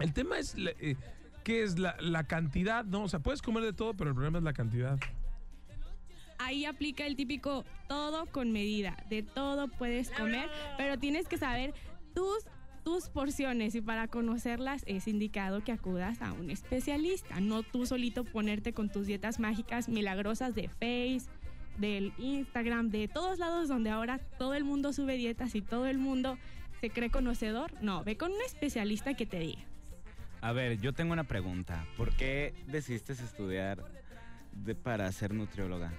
A: El tema es la- eh, qué es la, la cantidad, ¿no? O sea, puedes comer de todo, pero el problema es la cantidad.
I: Ahí aplica el típico todo con medida. De todo puedes comer, pero tienes que saber tus tus porciones y para conocerlas es indicado que acudas a un especialista, no tú solito ponerte con tus dietas mágicas milagrosas de Face, del Instagram, de todos lados donde ahora todo el mundo sube dietas y todo el mundo se cree conocedor. No, ve con un especialista que te diga.
G: A ver, yo tengo una pregunta. ¿Por qué decidiste estudiar de- para ser nutrióloga?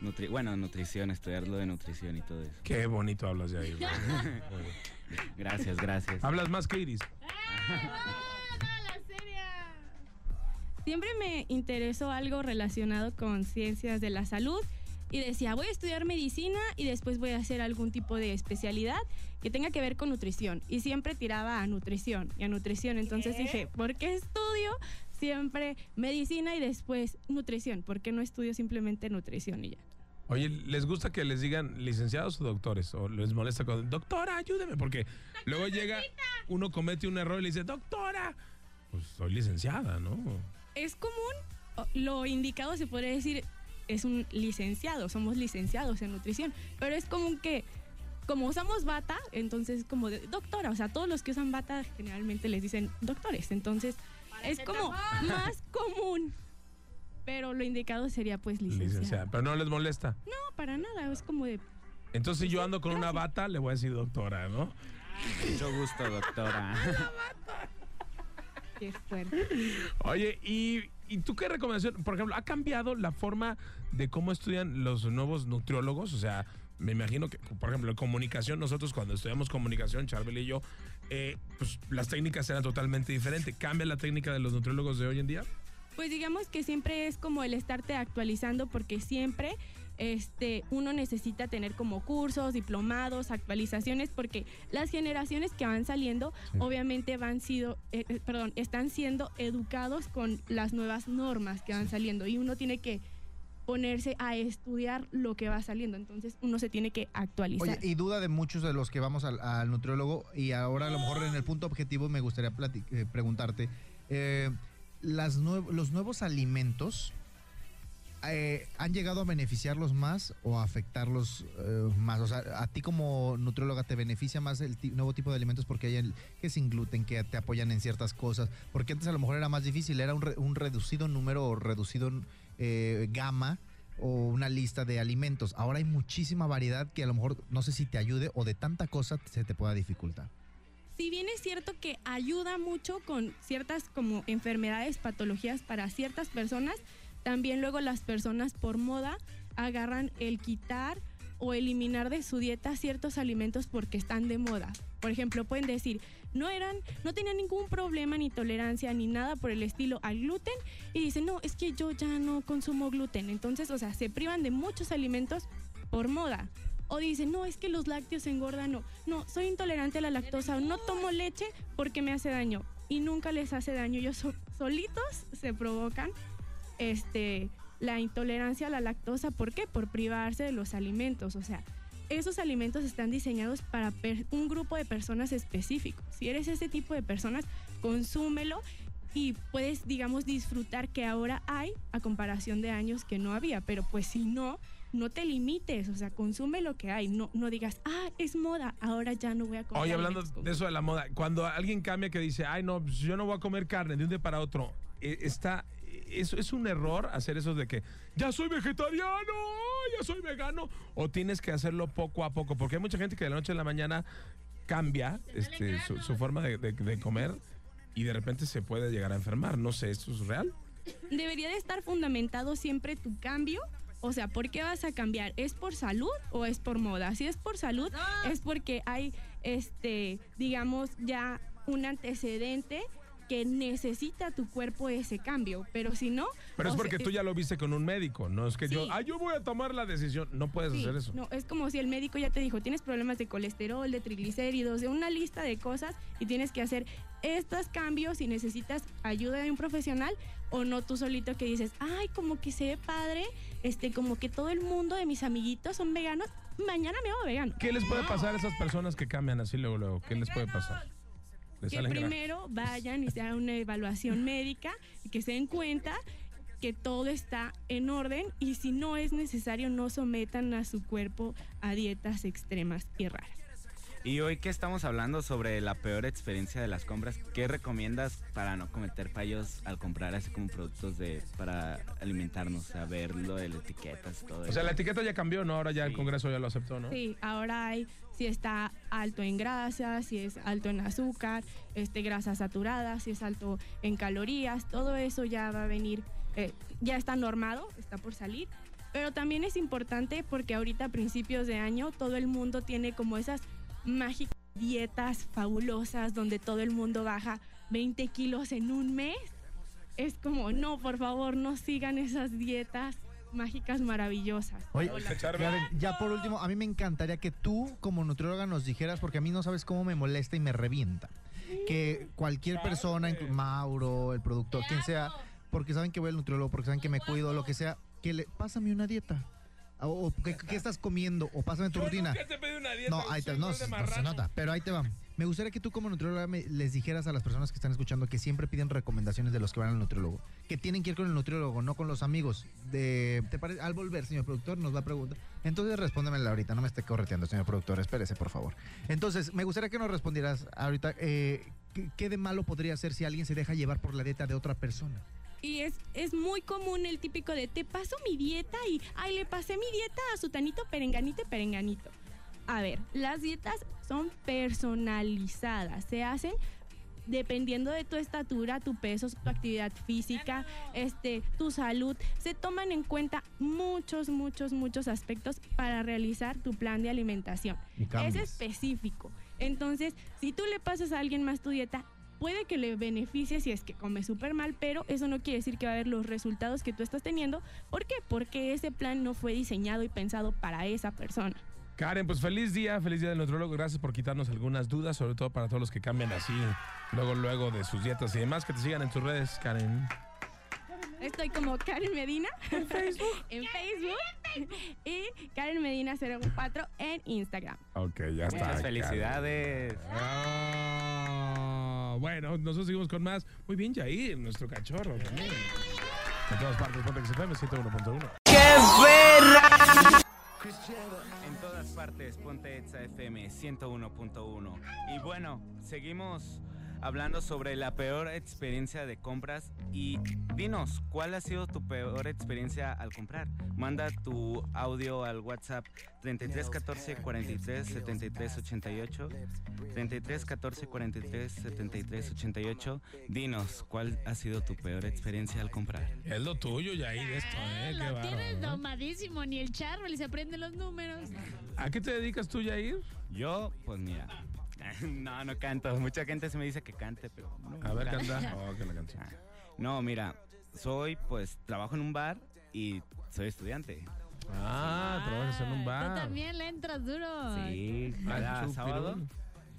G: Nutri- bueno, nutrición, estudiar lo de nutrición y todo eso.
A: Qué bonito hablas de ahí. güey.
G: Gracias, gracias.
A: hablas más que Iris.
I: Siempre me interesó algo relacionado con ciencias de la salud y decía, voy a estudiar medicina y después voy a hacer algún tipo de especialidad que tenga que ver con nutrición. Y siempre tiraba a nutrición y a nutrición. Entonces dije, ¿por qué estudio siempre medicina y después nutrición? ¿Por qué no estudio simplemente nutrición y ya?
A: Oye, ¿les gusta que les digan licenciados o doctores? ¿O les molesta con doctora, ayúdeme? Porque luego llega, uno comete un error y le dice, doctora, pues soy licenciada, ¿no?
I: Es común, o- lo indicado se podría decir, es un licenciado, somos licenciados en nutrición, pero es común que, como usamos bata, entonces como de- doctora, o sea, todos los que usan bata generalmente les dicen doctores, entonces es como más común, pero lo indicado sería pues licenciado.
A: Licenciada. Pero no les molesta.
I: No, para nada, es como de,
A: Entonces, si yo ando con una bata, le voy a decir doctora, ¿no?
G: Mucho gusto, doctora.
I: qué fuerte.
A: Oye, ¿y, y tú qué recomendación? Por ejemplo, ¿ha cambiado la forma de cómo estudian los nuevos nutriólogos? O sea, me imagino que, por ejemplo, en comunicación, nosotros cuando estudiamos comunicación, Charbel y yo, eh, pues las técnicas eran totalmente diferentes. ¿Cambia la técnica de los nutriólogos de hoy en día?
I: Pues digamos que siempre es como el estarte actualizando porque siempre este, uno necesita tener como cursos, diplomados, actualizaciones porque las generaciones que van saliendo obviamente van sido, eh, eh, perdón, están siendo educados con las nuevas normas que van saliendo y uno tiene que ponerse a estudiar lo que va saliendo, entonces uno se tiene que actualizar.
C: Oye, y duda de muchos de los que vamos al, al nutriólogo y ahora a lo mejor en el punto objetivo me gustaría plati- eh, preguntarte, eh, las nue- los nuevos alimentos eh, han llegado a beneficiarlos más o a afectarlos eh, más? O sea, a ti como nutrióloga te beneficia más el ti- nuevo tipo de alimentos porque hay el- que sin gluten, que te apoyan en ciertas cosas, porque antes a lo mejor era más difícil, era un, re- un reducido número o reducido eh, gama o una lista de alimentos. Ahora hay muchísima variedad que a lo mejor no sé si te ayude o de tanta cosa se te pueda dificultar.
I: Si bien es cierto que ayuda mucho con ciertas como enfermedades, patologías para ciertas personas, también luego las personas por moda agarran el quitar o eliminar de su dieta ciertos alimentos porque están de moda. Por ejemplo, pueden decir, no eran, no tenía ningún problema ni tolerancia ni nada por el estilo al gluten y dicen, no, es que yo ya no consumo gluten. Entonces, o sea, se privan de muchos alimentos por moda. O dicen, no, es que los lácteos engordan, no, no, soy intolerante a la lactosa, no tomo leche porque me hace daño. Y nunca les hace daño, ellos so- solitos se provocan este, la intolerancia a la lactosa. ¿Por qué? Por privarse de los alimentos. O sea, esos alimentos están diseñados para per- un grupo de personas específico. Si eres ese tipo de personas, consúmelo y puedes, digamos, disfrutar que ahora hay a comparación de años que no había. Pero pues si no, no te limites. O sea, consume lo que hay. No, no digas, ah, es moda, ahora ya no voy a comer.
A: Oye, hablando
I: alimentos con
A: de eso de la moda, cuando alguien cambia que dice, ay, no, pues yo no voy a comer carne de un día para otro, eh, está. Es, es un error hacer eso de que ya soy vegetariano, ya soy vegano, o tienes que hacerlo poco a poco, porque hay mucha gente que de la noche a la mañana cambia este, su, su forma de, de- de comer y de repente se puede llegar a enfermar. No sé, ¿esto es real?
I: debería de estar fundamentado siempre tu cambio. O sea, ¿por qué vas a cambiar? ¿Es por salud o es por moda? Si es por salud, es porque hay, este, digamos, ya un antecedente que necesita tu cuerpo ese cambio. Pero si no...
A: Pero
I: o
A: es
I: sea,
A: porque tú ya lo viste con un médico, no es que yo,
I: Sí.
A: ah, yo voy a tomar la decisión. No puedes
I: Sí,
A: hacer eso.
I: No, es como si el médico ya te dijo, tienes problemas de colesterol, de triglicéridos, de una lista de cosas y tienes que hacer estos cambios y necesitas ayuda de un profesional o no tú solito que dices, ay, como que se ve padre, este, como que todo el mundo de mis amiguitos son veganos, mañana me hago vegano.
A: ¿Qué les puede pasar a esas personas que cambian así luego, luego? ¿Qué les puede pasar? Les
I: que
A: salen gra-
I: primero vayan y se hagan una evaluación médica y que se den cuenta que todo está en orden y si no es necesario no sometan a su cuerpo a dietas extremas y raras.
G: Y hoy que estamos hablando sobre la peor experiencia de las compras, ¿qué recomiendas para no cometer fallos al comprar así como productos de para alimentarnos, a ver lo de las etiquetas, todo
A: O sea, la etiqueta ya cambió, ¿no? Ahora ya el Congreso ya lo aceptó, ¿no?
I: Sí, ahora hay si está alto en grasa, si es alto en azúcar, este grasa saturada, si es alto en calorías, todo eso ya va a venir, eh, ya está normado, está por salir. Pero también es importante porque ahorita a principios de año todo el mundo tiene como esas mágicas dietas fabulosas donde todo el mundo baja 20 kilos en un mes. Es como, no, por favor, no sigan esas dietas mágicas maravillosas.
C: Oye,
I: Hola.
C: Karen, ya por último, a mí me encantaría que tú como nutrióloga nos dijeras, porque a mí no sabes cómo me molesta y me revienta, que cualquier persona, inclu- Mauro, el productor, quien sea, porque saben que voy al nutriólogo, porque saben que me cuido, lo que sea, que le, pásame una dieta. O, o ¿qué, qué estás comiendo? O pásame tu rutina. No, ahí te, no, se- no se nota, pero ahí te va. Me gustaría que tú como nutrióloga me- les dijeras a las personas que están escuchando que siempre piden recomendaciones de los que van al nutriólogo, que tienen que ir con el nutriólogo, no con los amigos. De, ¿te parece? Al volver, señor productor, nos va a preguntar. Entonces respóndemela ahorita, no me esté correteando, señor productor, espérese, por favor. Entonces, me gustaría que nos respondieras ahorita eh, ¿qué, qué de malo podría ser si alguien se deja llevar por la dieta de otra persona.
I: Y es, es muy común el típico de te paso mi dieta y ay, le pasé mi dieta a sutanito, perenganito y perenganito. A ver, las dietas son personalizadas, se hacen dependiendo de tu estatura, tu peso, tu actividad física, este, tu salud, se toman en cuenta muchos, muchos, muchos aspectos para realizar tu plan de alimentación.
C: Y
I: Es
C: cambias.
I: específico. Entonces, si tú le pasas a alguien más tu dieta, puede que le beneficie si es que come súper mal, pero eso no quiere decir que va a haber los resultados que tú estás teniendo. ¿Por qué? Porque ese plan no fue diseñado y pensado para esa persona.
A: Karen, pues feliz día, feliz día del nutrólogo. Gracias por quitarnos algunas dudas, sobre todo para todos los que cambian así, luego, luego de sus dietas y demás. Que te sigan en tus redes, Karen.
I: Estoy como Karen Medina en Facebook, *laughs* en Facebook y Karen Medina 04 en Instagram.
A: Ok, ya está.
G: Muchas felicidades.
A: Karen. Ah, Bueno, nosotros seguimos con más. Muy bien, Jair, nuestro cachorro. también. En todas partes, Pontex FM 101.1.
G: En todas partes, ponte Exa FM 101.1. Y bueno, seguimos hablando sobre la peor experiencia de compras. Y dinos, ¿cuál ha sido tu peor experiencia al comprar? Manda tu audio al WhatsApp 33 14 43 73 88. 33 14 43 73 88. Dinos, ¿cuál ha sido tu peor experiencia al comprar?
A: Es lo tuyo, Jair, esto,
B: Ah,
A: ¿eh? Qué
D: Lo tienes
A: bárbaro.
D: domadísimo, ni el Charvel se aprende los números.
A: ¿A qué te dedicas tú, Jair?
G: Yo, pues mira. *laughs* No, no canto. Mucha gente se me dice que cante, pero no.
A: A ver,
G: no
D: *laughs*
G: canto.
A: canta. Oh, que la canción.
G: No, mira, soy, pues, trabajo en un bar y soy estudiante.
A: Ah, trabajas en un
D: Tú
A: bar.
D: también le entras duro.
G: Sí,
A: Ah,
G: cada
A: chupirul.
G: sábado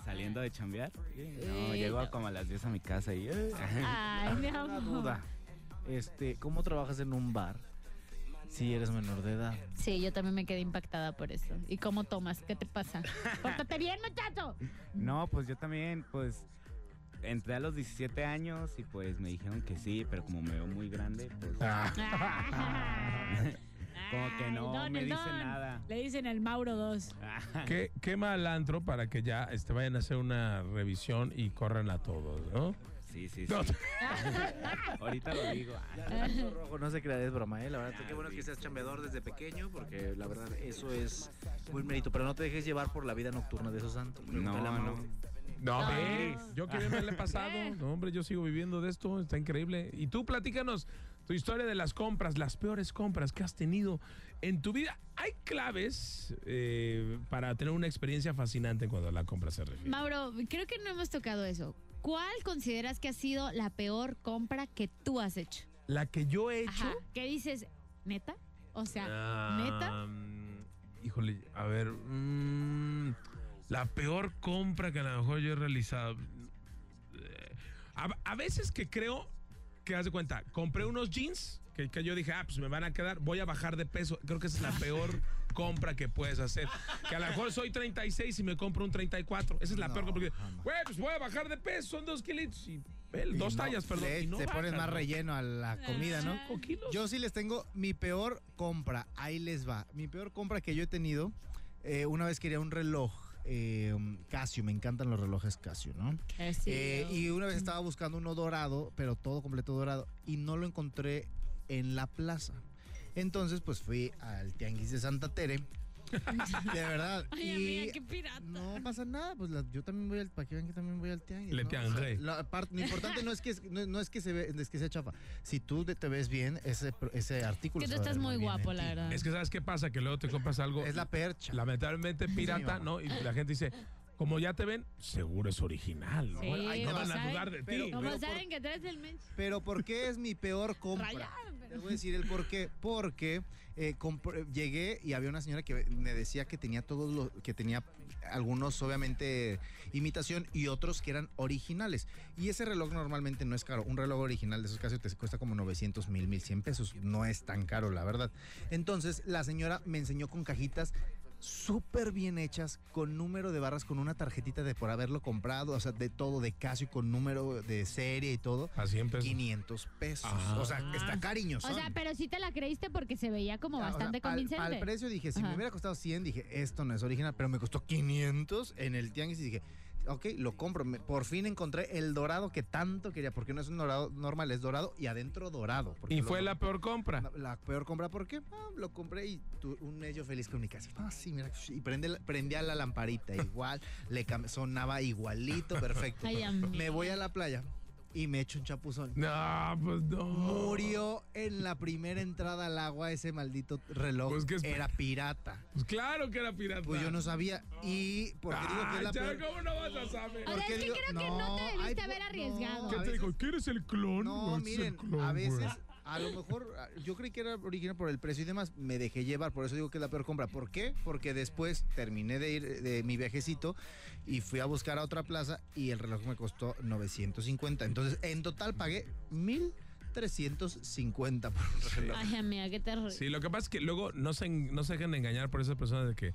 G: saliendo de chambear. No,
D: Sí. Ah.
G: llego como a las 10 a mi casa y... eh,
D: Ay, mi
J: Una
D: amor.
J: duda. Este, ¿cómo trabajas en un bar si eres menor de edad?
B: Sí, yo también me quedé impactada por eso. ¿Y cómo tomas? ¿Qué
A: *laughs*
B: te pasa? ¡Pórtate bien, muchacho!
G: *laughs* No, pues yo también, pues, entré a los 17 años y pues me dijeron que sí, pero como me veo muy grande, pues...
A: Ah.
G: *laughs*
D: *laughs*
G: Como que
D: Ay,
G: no
D: don,
G: me
D: el
G: dicen
D: don.
G: nada. *laughs*
D: Le dicen el Mauro 2.
A: ¿Qué, qué mal antro para que ya este, vayan a hacer una revisión y corran a todos, ¿no?
G: Sí, sí,
A: *laughs*
G: sí.
A: No,
G: Ahorita lo digo.
J: Rojo, no se crea, es broma, ¿eh? La verdad, qué bueno que seas chambeador desde pequeño, porque la verdad, eso es buen mérito. Pero no te dejes llevar por la vida nocturna de esos santos. Pregúntale a
G: No,
J: Mauro.
G: no.
A: No,
G: No.
A: ve, yo quería haberle
D: *laughs*
A: pasado. No, hombre, yo sigo viviendo de esto, está increíble. Y tú platícanos tu historia de las compras, las peores compras que has tenido en tu vida. ¿Hay claves eh, para tener una experiencia fascinante cuando la compra se refiere?
B: Mauro, creo que no hemos tocado eso. ¿Cuál consideras que ha sido la peor compra que tú has hecho?
A: La que yo he hecho...
B: Ajá. ¿Qué dices? ¿Neta? O sea,
A: Ah, Híjole, a ver. mm, la peor compra que a lo mejor yo he realizado. Eh, A, a veces que creo que, haz de cuenta, compré unos jeans que, que yo dije, ah, pues me van a quedar, voy a bajar de peso. Creo que esa es la peor
C: *laughs*
A: compra que puedes hacer. Que a lo mejor soy 36 y me compro un 34. Esa es la peor compra. que- Güey, pues voy a bajar de peso, son dos kilitos. Y, el- dos tallas, perdón.
C: Se
A: y no
C: te pones
A: bajan,
C: más
A: ¿no?
C: relleno a la comida, ¿no?
A: Cinco kilos.
C: Yo sí les tengo mi peor compra. Ahí les va. Mi peor compra que yo he tenido. eh, una vez quería un reloj eh, Casio. Me encantan los relojes Casio, ¿no? Eh, y una vez estaba buscando uno dorado, pero todo completo dorado, y no lo encontré en la plaza. Entonces, pues fui al Tianguis de Santa Tere. De verdad.
D: *laughs* Ay,
C: y
D: amiga, qué pirata.
C: no pasa nada, pues la- yo también voy al, para que vean que también voy al tianguis.
A: Le
C: ¿no?
A: tiangué.
C: O sea, la parte- lo importante no es que no, no es que se ve, es que sea chafa. Si tú te, te ves bien, ese, pro- ese artículo.
D: Que tú
C: se va a
D: estás
C: ver
D: muy
C: bien en
D: guapo,
C: ti.
D: la verdad.
A: Es que sabes qué pasa, que luego te compras algo.
C: Es la percha.
A: lamentablemente pirata, ¿no? Y la gente dice, como ya te ven, seguro es original, ¿no?
D: Sí,
A: Ahí no
D: como
A: van a
D: saben,
A: dudar de
C: pero-
A: ti.
D: Como
C: por-
D: saben que traes el mensch.
C: Pero ¿por qué es mi peor compra? Les voy a decir el por qué. Porque eh, compr- llegué y había una señora que me decía que tenía todos los, que tenía algunos obviamente imitación y otros que eran originales. Y ese reloj normalmente no es caro. Un reloj original de esos casos te cuesta como 900 mil, 1100 pesos. No es tan caro, la verdad. Entonces la señora me enseñó con cajitas súper bien hechas, con número de barras, con una tarjetita de por haberlo comprado, o sea, de todo, de Casio, con número de serie y todo.
A: Así empezó.
C: 500 pesos.
A: Ah.
C: O sea, está cariñoso.
B: o sea, pero sí te la creíste porque se veía como
C: Ah,
B: bastante convincente.
C: Al, precio dije, si
B: Ajá.
C: me hubiera costado 100, dije, esto no es original, pero me costó 500 en el tianguis y dije, ok, lo compro. Me- por fin encontré el dorado que tanto quería, porque no es un dorado normal, es dorado y adentro dorado. porque
A: Y
C: lo
A: fue la
C: compré-
A: peor compra.
C: la- La peor compra, ¿por qué? Ah, lo compré y tu- un ello feliz con mi casa. Ah, sí, mira. Y prende, la- prendía la
A: *laughs*
C: lamparita igual, le cam- sonaba igualito, perfecto.
D: Ay, amigo.
C: *laughs* me voy a la playa y me echo un chapuzón.
A: No, pues no.
C: Murió en la primera entrada al agua ese maldito reloj.
A: Pues, ¿qué es-
C: Era pirata.
A: Pues claro que era pirata.
C: Pues yo no sabía. Y porque digo que
A: Ay,
C: es la
A: Ah, ya,
C: peor-
A: ¿cómo no vas a saber?
B: O sea,
C: porque
B: es que
C: digo-
B: creo que no te
C: ay,
B: debiste
C: po-
B: haber arriesgado.
C: no,
A: ¿Qué te
C: a veces-
A: dijo? ¿Quieres el clon?
C: No,
A: Este es el
C: miren,
A: clon,
C: a
A: güey.
C: veces, a lo mejor, a- yo creí que era original por el precio y demás, me dejé llevar, por eso digo que es la peor compra. ¿Por qué? Porque después terminé de ir de mi viajecito y fui a buscar a otra plaza y el reloj me costó 950. Entonces, en total pagué 1350 por un reloj.
D: Ay, amiga, qué terror.
A: Sí, lo que pasa es que luego no se, en- no se dejan engañar por esas personas de que,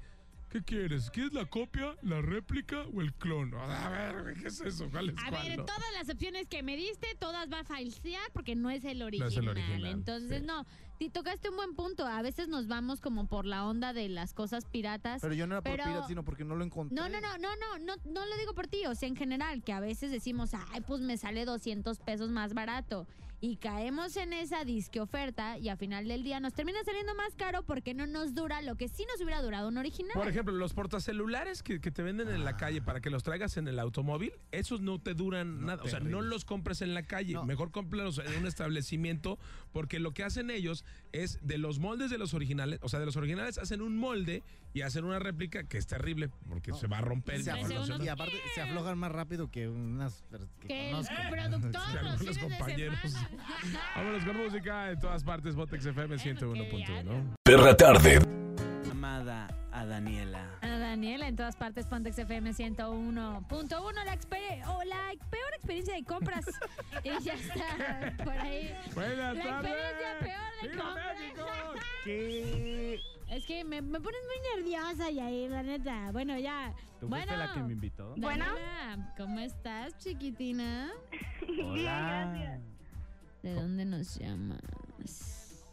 K: ¿Qué quieres? ¿Quieres la copia, la réplica o el clon? A ver, güey, ¿qué es eso? ¿Cuál
A: pues,
K: es
B: A
K: cuál,
B: ver,
K: no?
B: todas las opciones que me diste, todas va a falsear porque no es el original.
K: es el original,
B: Entonces,
K: sí.
B: no, te tocaste un buen punto. A veces nos vamos como por la onda de las cosas piratas.
C: Pero yo no era por
B: pero-
C: pirata, sino porque no lo encontré.
B: No, no, no, no, no, no, no lo digo por ti, o sea, en general, que a veces decimos, ay, pues me sale 200 pesos más barato. Y caemos en esa disque oferta y a final del día nos termina saliendo más caro porque no nos dura lo que sí nos hubiera durado un original.
A: Por ejemplo, los portacelulares que, que te venden en la calle para que los traigas en el automóvil, esos no te duran nada. O sea, no los compres en la calle. Mejor cómpralos en un establecimiento porque lo que hacen ellos es de los moldes de los originales, o sea, de los originales hacen un molde y hacen una réplica que es terrible porque se va a romper.
C: Se
A: va a
C: aflojan-
A: conocer-
C: y aparte se aflojan más rápido que unas per-
B: Que el
C: conozco. *laughs*
B: productor los fines de semana.
K: Vámonos con música en todas partes, Botex FM 101.1.
E: Perra tarde.
G: Amada a Daniela.
B: *laughs* A Daniela en todas partes, Pontex FM 101.1, la, exper- o la peor experiencia
K: *laughs*
B: de compras. y ya está, por ahí.
K: Buenas
B: la
K: tardes.
B: experiencia peor de
K: ¡Viva
B: compras.
K: México!
B: Es que me, me pones muy nerviosa, Yair, la neta. Bueno, ya.
G: ¿Tú
B: bueno,
G: fuiste la que me invitó?
B: Bueno. ¿Cómo estás, chiquitina?
G: Hola.
B: ¿De dónde nos llamas?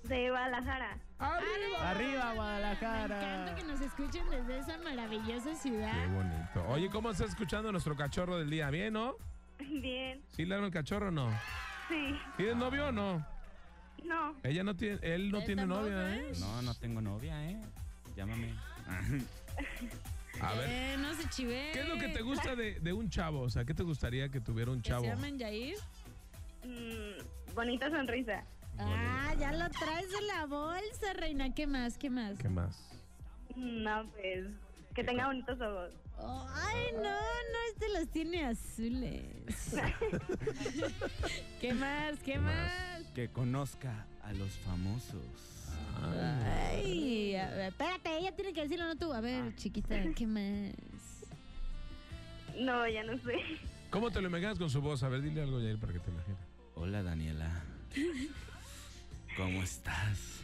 I: De Guadalajara.
A: Ah,
B: ¡Arriba!
C: Arriba,
B: Me encanta
C: Guadalajara.
B: que nos escuchen desde esa maravillosa ciudad.
A: Bonito. Oye, ¿cómo está escuchando nuestro cachorro del día? ¿Bien, no?
I: *laughs* Bien,
A: ¿Sí le dan el cachorro o no?
I: sí.
A: ¿Tienes novio o no?
I: No,
A: Ella no tiene, él no
I: Él
A: tiene
I: tampoco,
A: novia, ¿eh?
G: No, no tengo novia, ¿eh?
B: *laughs*
G: Llámame.
A: A ver.
B: Eh, no se chive.
A: ¿Qué es lo que te gusta de, de un chavo? O sea, ¿qué te gustaría que tuviera un
B: ¿Que
A: chavo?
B: se llaman Yair?
I: Mm, bonita sonrisa.
B: Ah, ya lo traes de la bolsa, reina. ¿Qué más? ¿Qué más?
A: ¿Qué más?
I: No, pues, que tenga bonitos ojos.
B: Ay, no, no, este los
A: *laughs*
B: tiene azules. ¿Qué más? ¿Qué más?
G: Que conozca a los famosos.
B: Ay, a ver, espérate, ella tiene que decirlo, no tú. A ver, chiquita, ¿qué más?
I: No, ya no sé.
A: ¿Cómo te lo imaginas con su voz? A ver, dile algo, Yair, para que te imagines.
B: *laughs*
G: Hola, Daniela. ¿Cómo estás?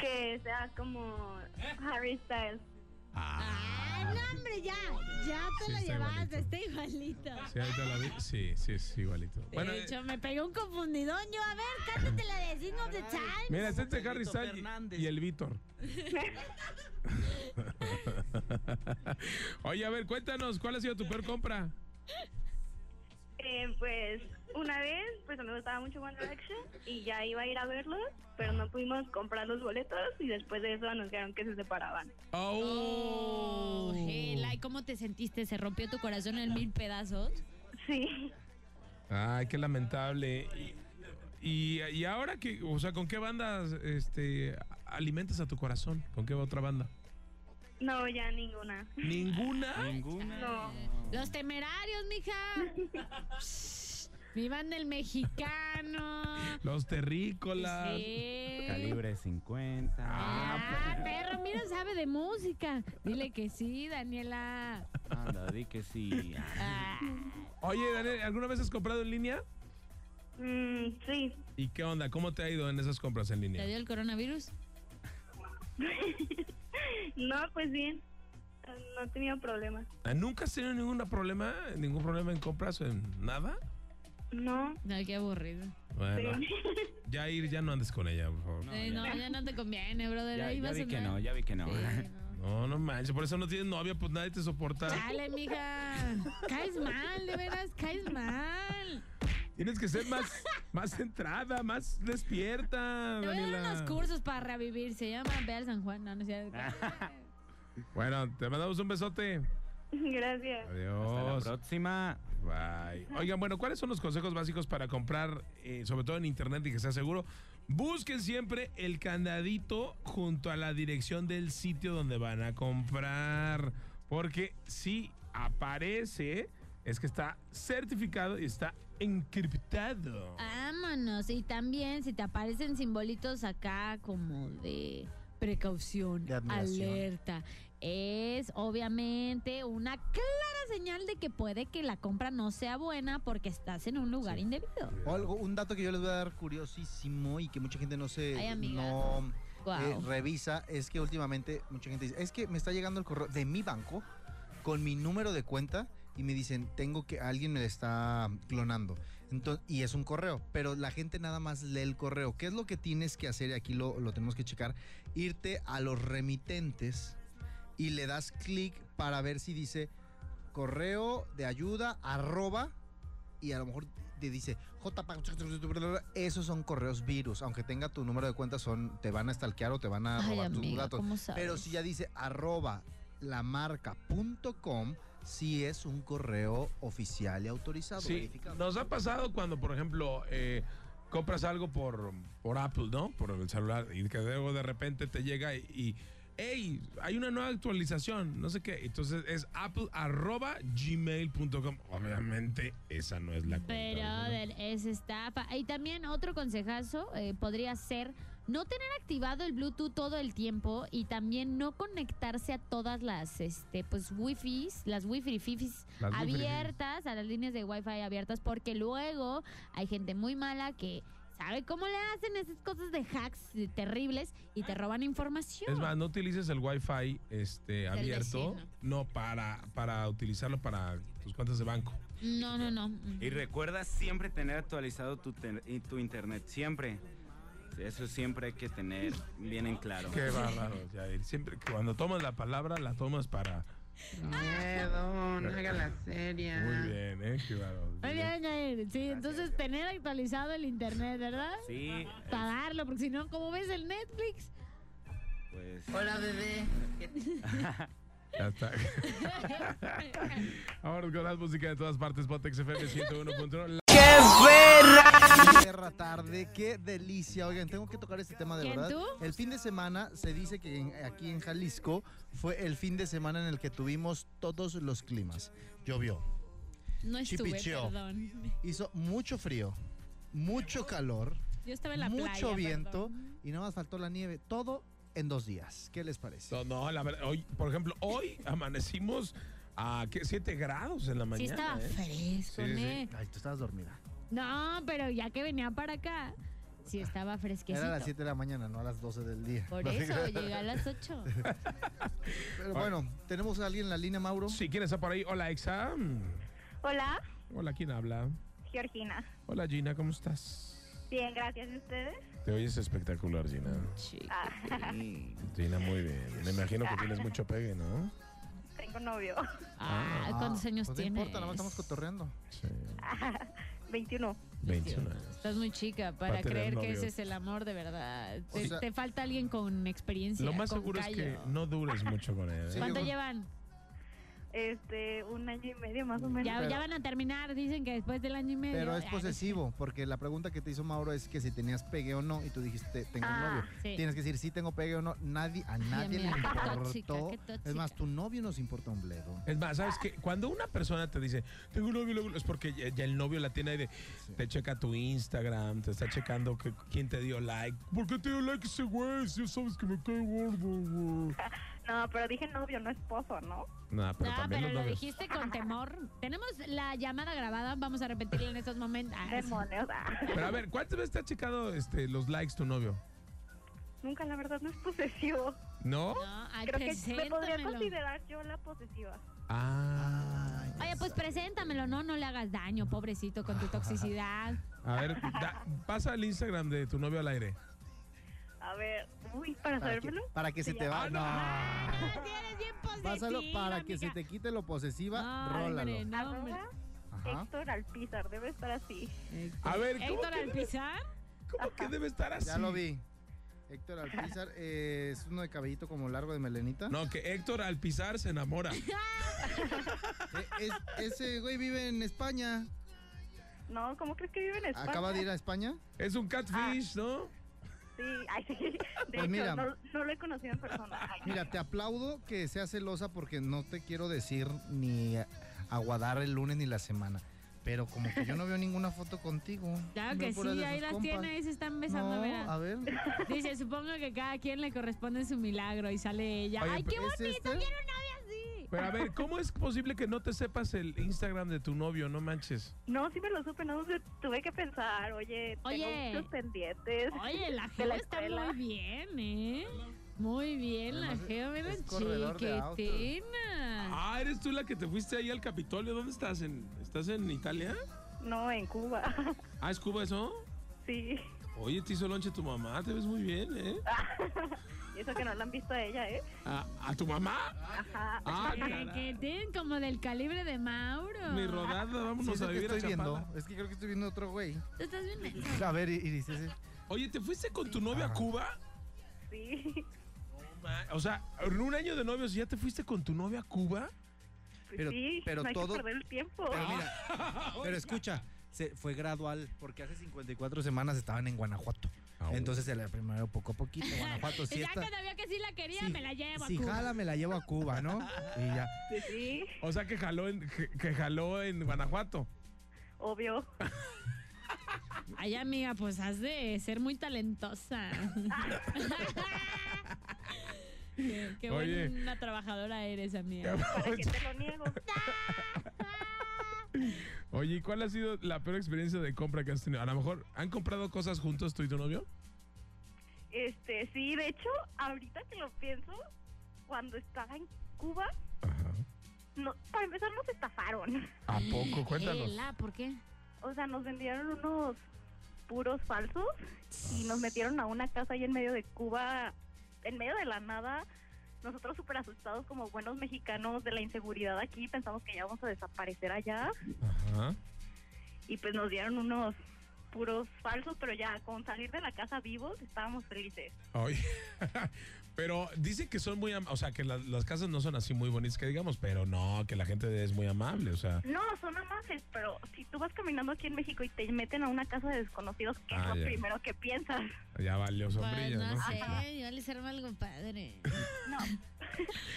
I: Que sea como Harry Styles.
B: Ah, no, hombre, ya. Ya te
A: Sí,
B: lo
A: está
B: llevaste, está igualito.
A: Sí, ahorita la vi. Sí, sí, es igualito. Bueno,
B: de
A: eh,
B: hecho, me pegó un confundidoño. A ver, cántate la de Sing of the Time.
A: mira, está entre Harry
B: Vito
A: Styles y el
B: *laughs*
A: Víctor. Oye, a ver, cuéntanos, ¿cuál ha sido tu peor compra?
I: Eh, pues, una vez, pues me gustaba mucho One Direction y ya iba a ir a verlos, pero no pudimos comprar los boletos y después de eso anunciaron que se separaban.
B: Oh, Gela, ¿y cómo te sentiste? ¿Se rompió tu corazón en mil pedazos?
I: Sí. *laughs*
A: Ay, qué lamentable. Y, y- y ahora que, o sea, ¿con qué bandas este, alimentas a tu corazón? ¿Con qué otra banda?
I: No, ya ninguna.
A: ¿Ninguna?
G: Ninguna.
I: No.
B: Los temerarios, mija. Vivan el mexicano.
A: Los terrícolas.
B: Sí.
G: Calibre 50.
B: Ah,
A: pues.
B: perro, mira, sabe de música. Dile que sí, Daniela. Ah,
G: Anda, di que sí. Ah,
A: Oye, Daniel, ¿alguna vez has comprado en línea?
I: Mm, sí. *laughs*
A: ¿Y qué onda? ¿Cómo te ha ido en esas compras en línea?
B: ¿Te dio el coronavirus?
I: No, pues bien. No he tenido problemas.
A: Ah, ¿Nunca has tenido ningún problema, ningún problema en compras o en nada?
I: No.
B: No, qué aburrido.
A: Bueno, *laughs* ya ir, ya no andes con ella, por favor.
B: Eh, No, ya. no te conviene, brother.
A: Ya-
B: Ahí
A: ya
B: vas
A: vi
B: a
A: que
B: sonar.
A: no, ya
G: vi que no.
A: No, no manches, por eso no tienes novia, pues nadie te soporta.
B: Dale, mija. Caes mal, de veras, caes mal.
A: Tienes que ser más, más centrada, más despierta,
B: Te voy a dar unos
A: Daniela.
B: cursos para revivir. Se llama Ve al San Juan. No, no es cierto.
C: Ah.
A: Bueno, te mandamos un besote.
I: Gracias.
A: Adiós.
G: Hasta la próxima.
A: Bye. Oigan, bueno, ¿cuáles son los consejos básicos para comprar, eh, sobre todo en internet y que sea seguro? Busquen siempre el candadito junto a la dirección del sitio donde van a comprar. Porque si aparece, es que está certificado y está encriptado.
B: Vámonos. Y también, si te aparecen simbolitos acá como de precaución,
L: admiración.
B: alerta, es obviamente una clara señal de que puede que la compra no sea buena porque estás en un lugar indebido.
C: O algo, un dato que yo les voy a dar curiosísimo y que mucha gente no se
B: Ay, amiga.
C: no,
D: Guau.
C: eh, revisa es que últimamente mucha gente dice, es que me está llegando el correo de mi banco con mi número de cuenta y me dicen, tengo que alguien me está clonando. Entonces, y es un correo, pero la gente nada más lee el correo. ¿Qué es lo que tienes que hacer? Y aquí lo, lo tenemos que checar. Irte a los remitentes y le das clic para ver si dice correo de ayuda arroba y a lo mejor te dice J. Esos son correos virus. Aunque tenga tu número de cuenta, son, te van a stalkear o te van a
H: Ay,
C: robar tus
H: amiga,
C: datos.
H: ¿cómo sabes?
C: Pero si ya dice arroba lamarca.com, si es un correo oficial y autorizado.
A: Sí,
C: verificado.
A: nos ha pasado cuando, por ejemplo, eh, compras algo por, por Apple, ¿no? Por el celular, y que luego de repente te llega y, y, hey, hay una nueva actualización, no sé qué. Entonces es apple arroba gmail.com. Obviamente esa no es la cuenta.
B: Pero es estafa. Y también otro consejazo eh, podría ser no tener activado el Bluetooth todo el tiempo y también no conectarse a todas las este pues wifi, las wifi fifis
H: Las wifi-fifis.
B: abiertas, a las líneas de wifi abiertas, porque luego hay gente muy mala que sabe cómo le hacen esas cosas de hacks eh, terribles y te roban información.
A: Es más, no utilices el Wi-Fi este, abierto.
B: vecino.
A: No, para, para utilizarlo para tus cuentas de banco.
B: No, no, no.
G: Y recuerda siempre tener actualizado tu, ten- y tu internet, siempre. Eso siempre hay que tener bien en claro.
B: *laughs*
A: Qué bárbaro, Jair. Siempre que cuando tomas la palabra, la tomas para.
M: Miedo, no haga la seria.
A: Muy bien, ¿eh? Qué bárbaro.
B: Muy bien, Yair. Sí, entonces tener actualizado el internet, ¿verdad?
G: Sí,
B: Pagarlo, porque si no, ¿cómo ves el Netflix?
G: pues.
M: Hola, bebé.
A: Ya
B: *laughs*
A: está. *laughs* Ahora con la música de todas partes, Botex FM 101.1.
C: ¡Qué perra tarde! ¡Qué delicia! Oigan, tengo que tocar este tema de
B: ¿Quién,
C: verdad.
B: tú?
C: El fin de semana se dice que en- aquí en Jalisco fue el fin de semana en el que tuvimos todos los climas. Llovió,
I: No estuve,
C: Chipicheo.
I: perdón.
C: hizo mucho frío, mucho calor,
I: Yo estaba en la playa.
C: mucho viento
I: perdón.
C: y nada más faltó la nieve. Todo en dos días. ¿Qué les parece?
A: No, no, la verdad, hoy, por ejemplo, hoy amanecimos a ¿qué? 7 grados en la
B: Sí,
A: mañana.
B: estaba
A: ¿eh?
B: fresco,
A: Sí, sí.
B: ¿eh?
C: Ay, tú estabas dormida.
B: No, pero ya que venía para acá, sí estaba fresquecito.
C: Era a las 7 de la mañana, no a las 12 del día.
B: Por eso llegué a las 8.
C: Pero bueno, ¿tenemos a alguien en la línea, Mauro?
A: Sí, ¿quién está por ahí? Hola, Exa.
N: Hola,
A: Hola, ¿quién habla?
N: Georgina.
A: Hola, Gina, ¿cómo estás?
N: Bien, gracias. ¿Y ustedes?
A: Te oyes espectacular, Gina.
N: Ah,
A: Gina, muy bien. Me imagino que tienes mucho pegue, ¿no?
N: tengo novio.
B: Ah, ¿cuántos años
C: pues
B: tienes?
C: No importa, nada más estamos cotorreando.
A: *laughs* Sí,
N: 21.
A: 21 años.
B: Estás muy chica
A: Para
B: para
A: tener
B: creer que
A: novio.
B: ese es el amor de verdad.
A: O
B: Te,
A: sea-
B: te falta alguien con experiencia.
A: Lo más
B: con
A: seguro es que
B: callo.
A: no
B: *laughs*
A: dures mucho con él. ¿eh?
B: ¿Cuánto llevan?
N: Este, un año y medio más o menos.
B: Ya,
C: Pero-
B: ya van a terminar, dicen que después del año y medio.
C: Pero es
B: Ay,
C: posesivo, porque la pregunta que te hizo Mauro es que si tenías pegue o no, y tú dijiste, tengo
B: Ah,
C: novio.
B: sí.
C: Tienes que decir, sí tengo pegue o no. Nadie, a nadie le
B: amiga, *laughs* qué tóxica,
C: importó.
B: qué tóxica.
C: Es más, tu novio nos importa un bledo.
A: Es más, ¿sabes qué? Cuando una persona te dice, tengo un novio, luego", es porque ya, ya el novio la tiene ahí de, te checa tu Instagram, te está checando que, quién te dio like. ¿Por qué te dio like ese güey? Si ya sabes que me cae gordo, güey.
N: *laughs* No, pero dije novio, no esposo, ¿no?
A: Nah, pero
B: No,
A: también los
B: pero lo
A: novios.
B: dijiste con temor. Tenemos la llamada grabada, vamos a repetirla en estos momentos. Ah,
N: Demonios.
I: *laughs*
N: ah.
A: Pero a ver, ¿cuántas veces te ha checado este, los likes tu novio?
N: Nunca, la verdad, no es
B: *laughs*
N: posesivo.
A: ¿No?
B: no, ay,
N: Creo que me podría
B: preséntamelo.
N: considerar yo la posesiva.
A: Ah.
B: Oye, pues preséntamelo, no, no le hagas daño, pobrecito, con tu
N: *laughs*
B: toxicidad.
A: A ver, da- pasa el Instagram de tu novio al aire.
N: A
I: Eh,
N: ver, uy, para,
C: Para que,
N: sabérmelo.
C: para que se te
N: llama-
C: va. No. *laughs*
B: Sí eres bien posesiva,
C: Pásalo para que se
B: amiga.
C: te quite lo posesiva,
B: No, hombre,
C: rólalo.
B: no, hombre.
N: Arroba
C: Ajá.
N: Héctor Alpizar, debe estar así.
A: A ver, ¿cómo
B: Héctor
A: que debe,
B: Alpizar,
A: cómo que debe estar así?
C: Ya lo vi. Héctor
B: *laughs*
C: Alpizar eh, es uno de cabellito como largo de melenita.
A: No, que Héctor al pisar se enamora.
C: Eh, es- ese güey vive en España.
N: No, ¿cómo crees que vive en España?
C: Acaba de ir a España.
A: Es un
J: Ah.
A: catfish, ¿no?
N: Sí, ay, sí. De hecho,
C: Pues mira.
N: no, no lo he conocido en persona. Ay,
C: *laughs* Mira, te aplaudo que seas celosa porque no te quiero decir ni aguadar el lunes ni la semana. Pero como que yo no veo ninguna foto contigo.
B: *laughs* claro
C: Veo
B: que
C: puras
B: sí,
C: de
B: ahí
C: sus
B: las
C: compas.
B: tiene, ahí se están besando,
C: No,
B: mira.
C: a ver.
B: Dice, supongo que cada quien le corresponde su milagro y sale ella.
A: Oye,
B: ¡Ay, qué
C: ¿es
B: bonito!
C: este?
B: Quiero un novio así.
O: Pero a
J: *laughs*
O: ver, ¿cómo es posible que no te sepas el Instagram de tu novio? No manches.
I: No, sí me lo supe, no sé, tuve que pensar, oye,
B: Oye.
I: tengo muchos pendientes.
B: Oye, la
I: de
B: Geo está
I: escuela.
B: muy bien, ¿eh? Muy bien, la
I: Además,
B: Geo, mira,
I: es corredor de autos.
B: chiquitina.
A: Ah, eres tú la que te fuiste ahí al Capitolio. ¿Dónde estás? ¿En, ¿Estás en Italia?
I: No, en Cuba. *laughs*
A: Ah, ¿es Cuba eso?
I: Sí.
A: Oye, te hizo lonche tu mamá. Te ves muy bien, ¿eh?
I: *laughs* Y eso que no la han visto a ella, ¿eh?
A: ¿A, a tu mamá?
I: Ajá.
A: Ah,
B: Ay,
A: caray.
B: que tienen como del calibre de Mauro.
A: Mi rodada, vámonos
J: Sí, es lo
A: a
J: que
A: vivir a
J: estoy
A: Chapala.
J: viendo. Es que creo que estoy viendo otro güey.
B: Tú estás bien mensa.
J: A ver, y, y dices, eh,
N: Pues
A: Oye, ¿te fuiste con tu novio a Cuba?
I: Sí.
A: Ma- O sea, en un año de novios, ¿ya te fuiste con tu novia a Cuba?
C: Pero-
I: sí,
C: pero
I: no hay
C: todo-
I: que perder el tiempo.
C: Pero
A: *laughs*
C: mira, pero escucha, se fue gradual porque hace 54 semanas estaban en Guanajuato.
E: Ah,
C: Entonces se la primero poco
B: *laughs*
C: a poquito. Guanajuato
B: Y
C: sí
B: ya
C: está.
B: cuando vio que sí la quería,
C: Sí,
B: me la llevo
C: Si
B: a Cuba.
C: jala, me la llevo a Cuba, ¿no? Y ya.
I: Sí,
A: O sea, que jaló en, que, que jaló en Guanajuato.
I: obvio.
B: Ay, amiga, pues has de ser muy
I: *laughs*
B: talentosa. qué qué
A: Oye.
B: buena trabajadora eres, amiga.
I: ¿Para qué te lo niego?
A: *laughs* Oye, ¿y cuál ha sido la peor experiencia de compra que has tenido? A lo mejor, ¿han comprado cosas juntos tú y tu novio?
I: Este, sí, de hecho, ahorita que lo pienso, cuando estaba en Cuba, no, para empezar nos estafaron.
A: ¿A poco? Cuéntanos.
B: Ela, ¿por qué?
I: O sea, nos vendieron unos puros falsos y nos metieron a una casa ahí en medio de Cuba, en medio de la nada. Nosotros súper asustados como buenos mexicanos de la inseguridad aquí, pensamos que ya vamos a desaparecer allá
A: Ajá.
I: y pues nos dieron unos puros falsos, pero ya con salir de la casa vivos estábamos felices.
A: Oye, pero dicen que son muy am- o sea, que las- las casas no son así muy bonitas que digamos, pero no, que la gente es muy amable, o sea.
I: No, son amables, pero si tú vas caminando aquí en México y te meten a una casa de desconocidos, ¿qué
A: Ah,
I: es lo
A: ya.
I: primero que piensas?
A: Ya valió
B: Pues
A: sombrilla,
B: no,
A: ¿no?
B: sé, yo les armo algo
C: *laughs*
B: padre.
I: No.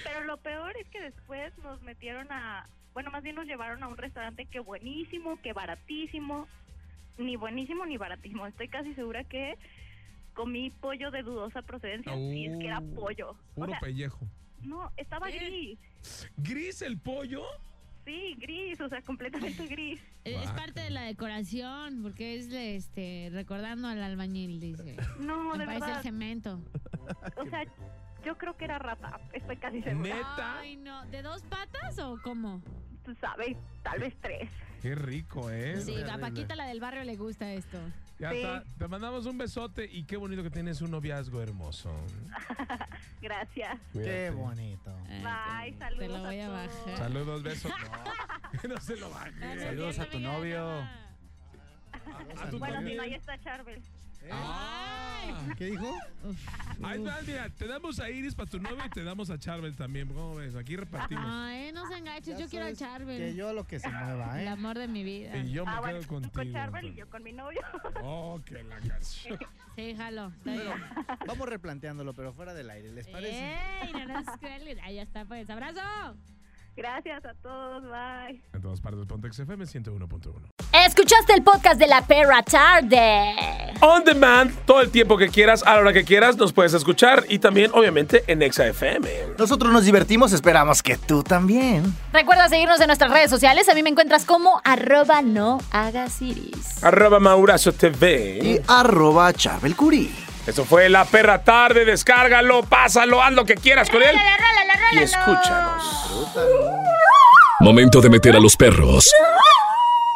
I: Pero lo peor es que después nos metieron a, bueno, más bien nos llevaron a un restaurante que buenísimo, que baratísimo, ni buenísimo ni baratísimo. Estoy casi segura que comí pollo de dudosa procedencia, si es que era
A: Uh,
I: pollo. O
A: Puro
I: sea,
A: pellejo.
I: no, estaba gris.
A: ¿Gris el pollo?
I: Sí, gris, o sea, completamente gris.
B: Es es parte de la decoración, porque es de, este recordando al albañil, dice.
I: No,
B: Me
I: de
B: parece el
I: verdad.
B: cemento.
I: O sea, yo creo que era rata, estoy casi segura.
B: Ay, no. ¿De dos patas o cómo?
I: Tú sabes, tal vez tres.
A: Qué rico, ¿eh?
B: Sí, a Paquita, la del barrio, le gusta esto.
A: Ya
I: Sí.
A: está. Te mandamos un besote y qué bonito que tienes un noviazgo hermoso.
I: Gracias.
A: Cuídate.
J: qué bonito.
B: Ah, Este.
J: Ah,
I: Bye, saludos.
B: Te lo voy a bajar.
A: Saludos,
I: *laughs*
A: besos. No, *laughs* no se lo bajes.
C: Saludos a tu novio.
A: A tu
I: Bueno, si
A: novio.
I: no, ahí está Charbel.
A: Ah.
J: ¿Qué dijo?
A: Ahí está, mira, te damos a Iris para tu novio y te damos a Charbel también. ¿Cómo ves? Aquí
I: Ah,
A: repartimos.
B: Ay, no se enganches,
J: Ya
B: yo quiero a
J: sabes
B: Charbel.
J: Que yo lo que se mueva,
B: El
J: ¿eh?
B: amor de mi vida.
A: Y yo me
I: Ah,
A: quedo
I: bueno, tú con
A: contigo. pues.
I: Charbel y yo con mi novio.
A: Oh, que la canción.
B: Sí, jalo. Está bien.
J: Vamos replanteándolo, pero fuera del aire, ¿les parece?
B: ¡Ey! No nos cuelgues. Ahí está, pues. ¡Abrazo!
I: Gracias a todos, bye.
A: En todas partes, Pontex FM 101.1.
P: Escuchaste el podcast de la perra tarde.
A: On demand, todo el tiempo que quieras, a la hora que quieras, nos puedes escuchar y también, obviamente, en Exa FM.
J: Nosotros nos divertimos, esperamos que tú también.
P: Recuerda seguirnos en nuestras redes sociales. A mí me encuentras como arroba no hagas iris.
A: Arroba Mauracio TV.
J: Y arroba Charbel Curi.
A: Eso fue La Perra Tarde. Descárgalo, pásalo, haz lo que quieras con él. Y escúchanos.
Q: Momento de meter a los perros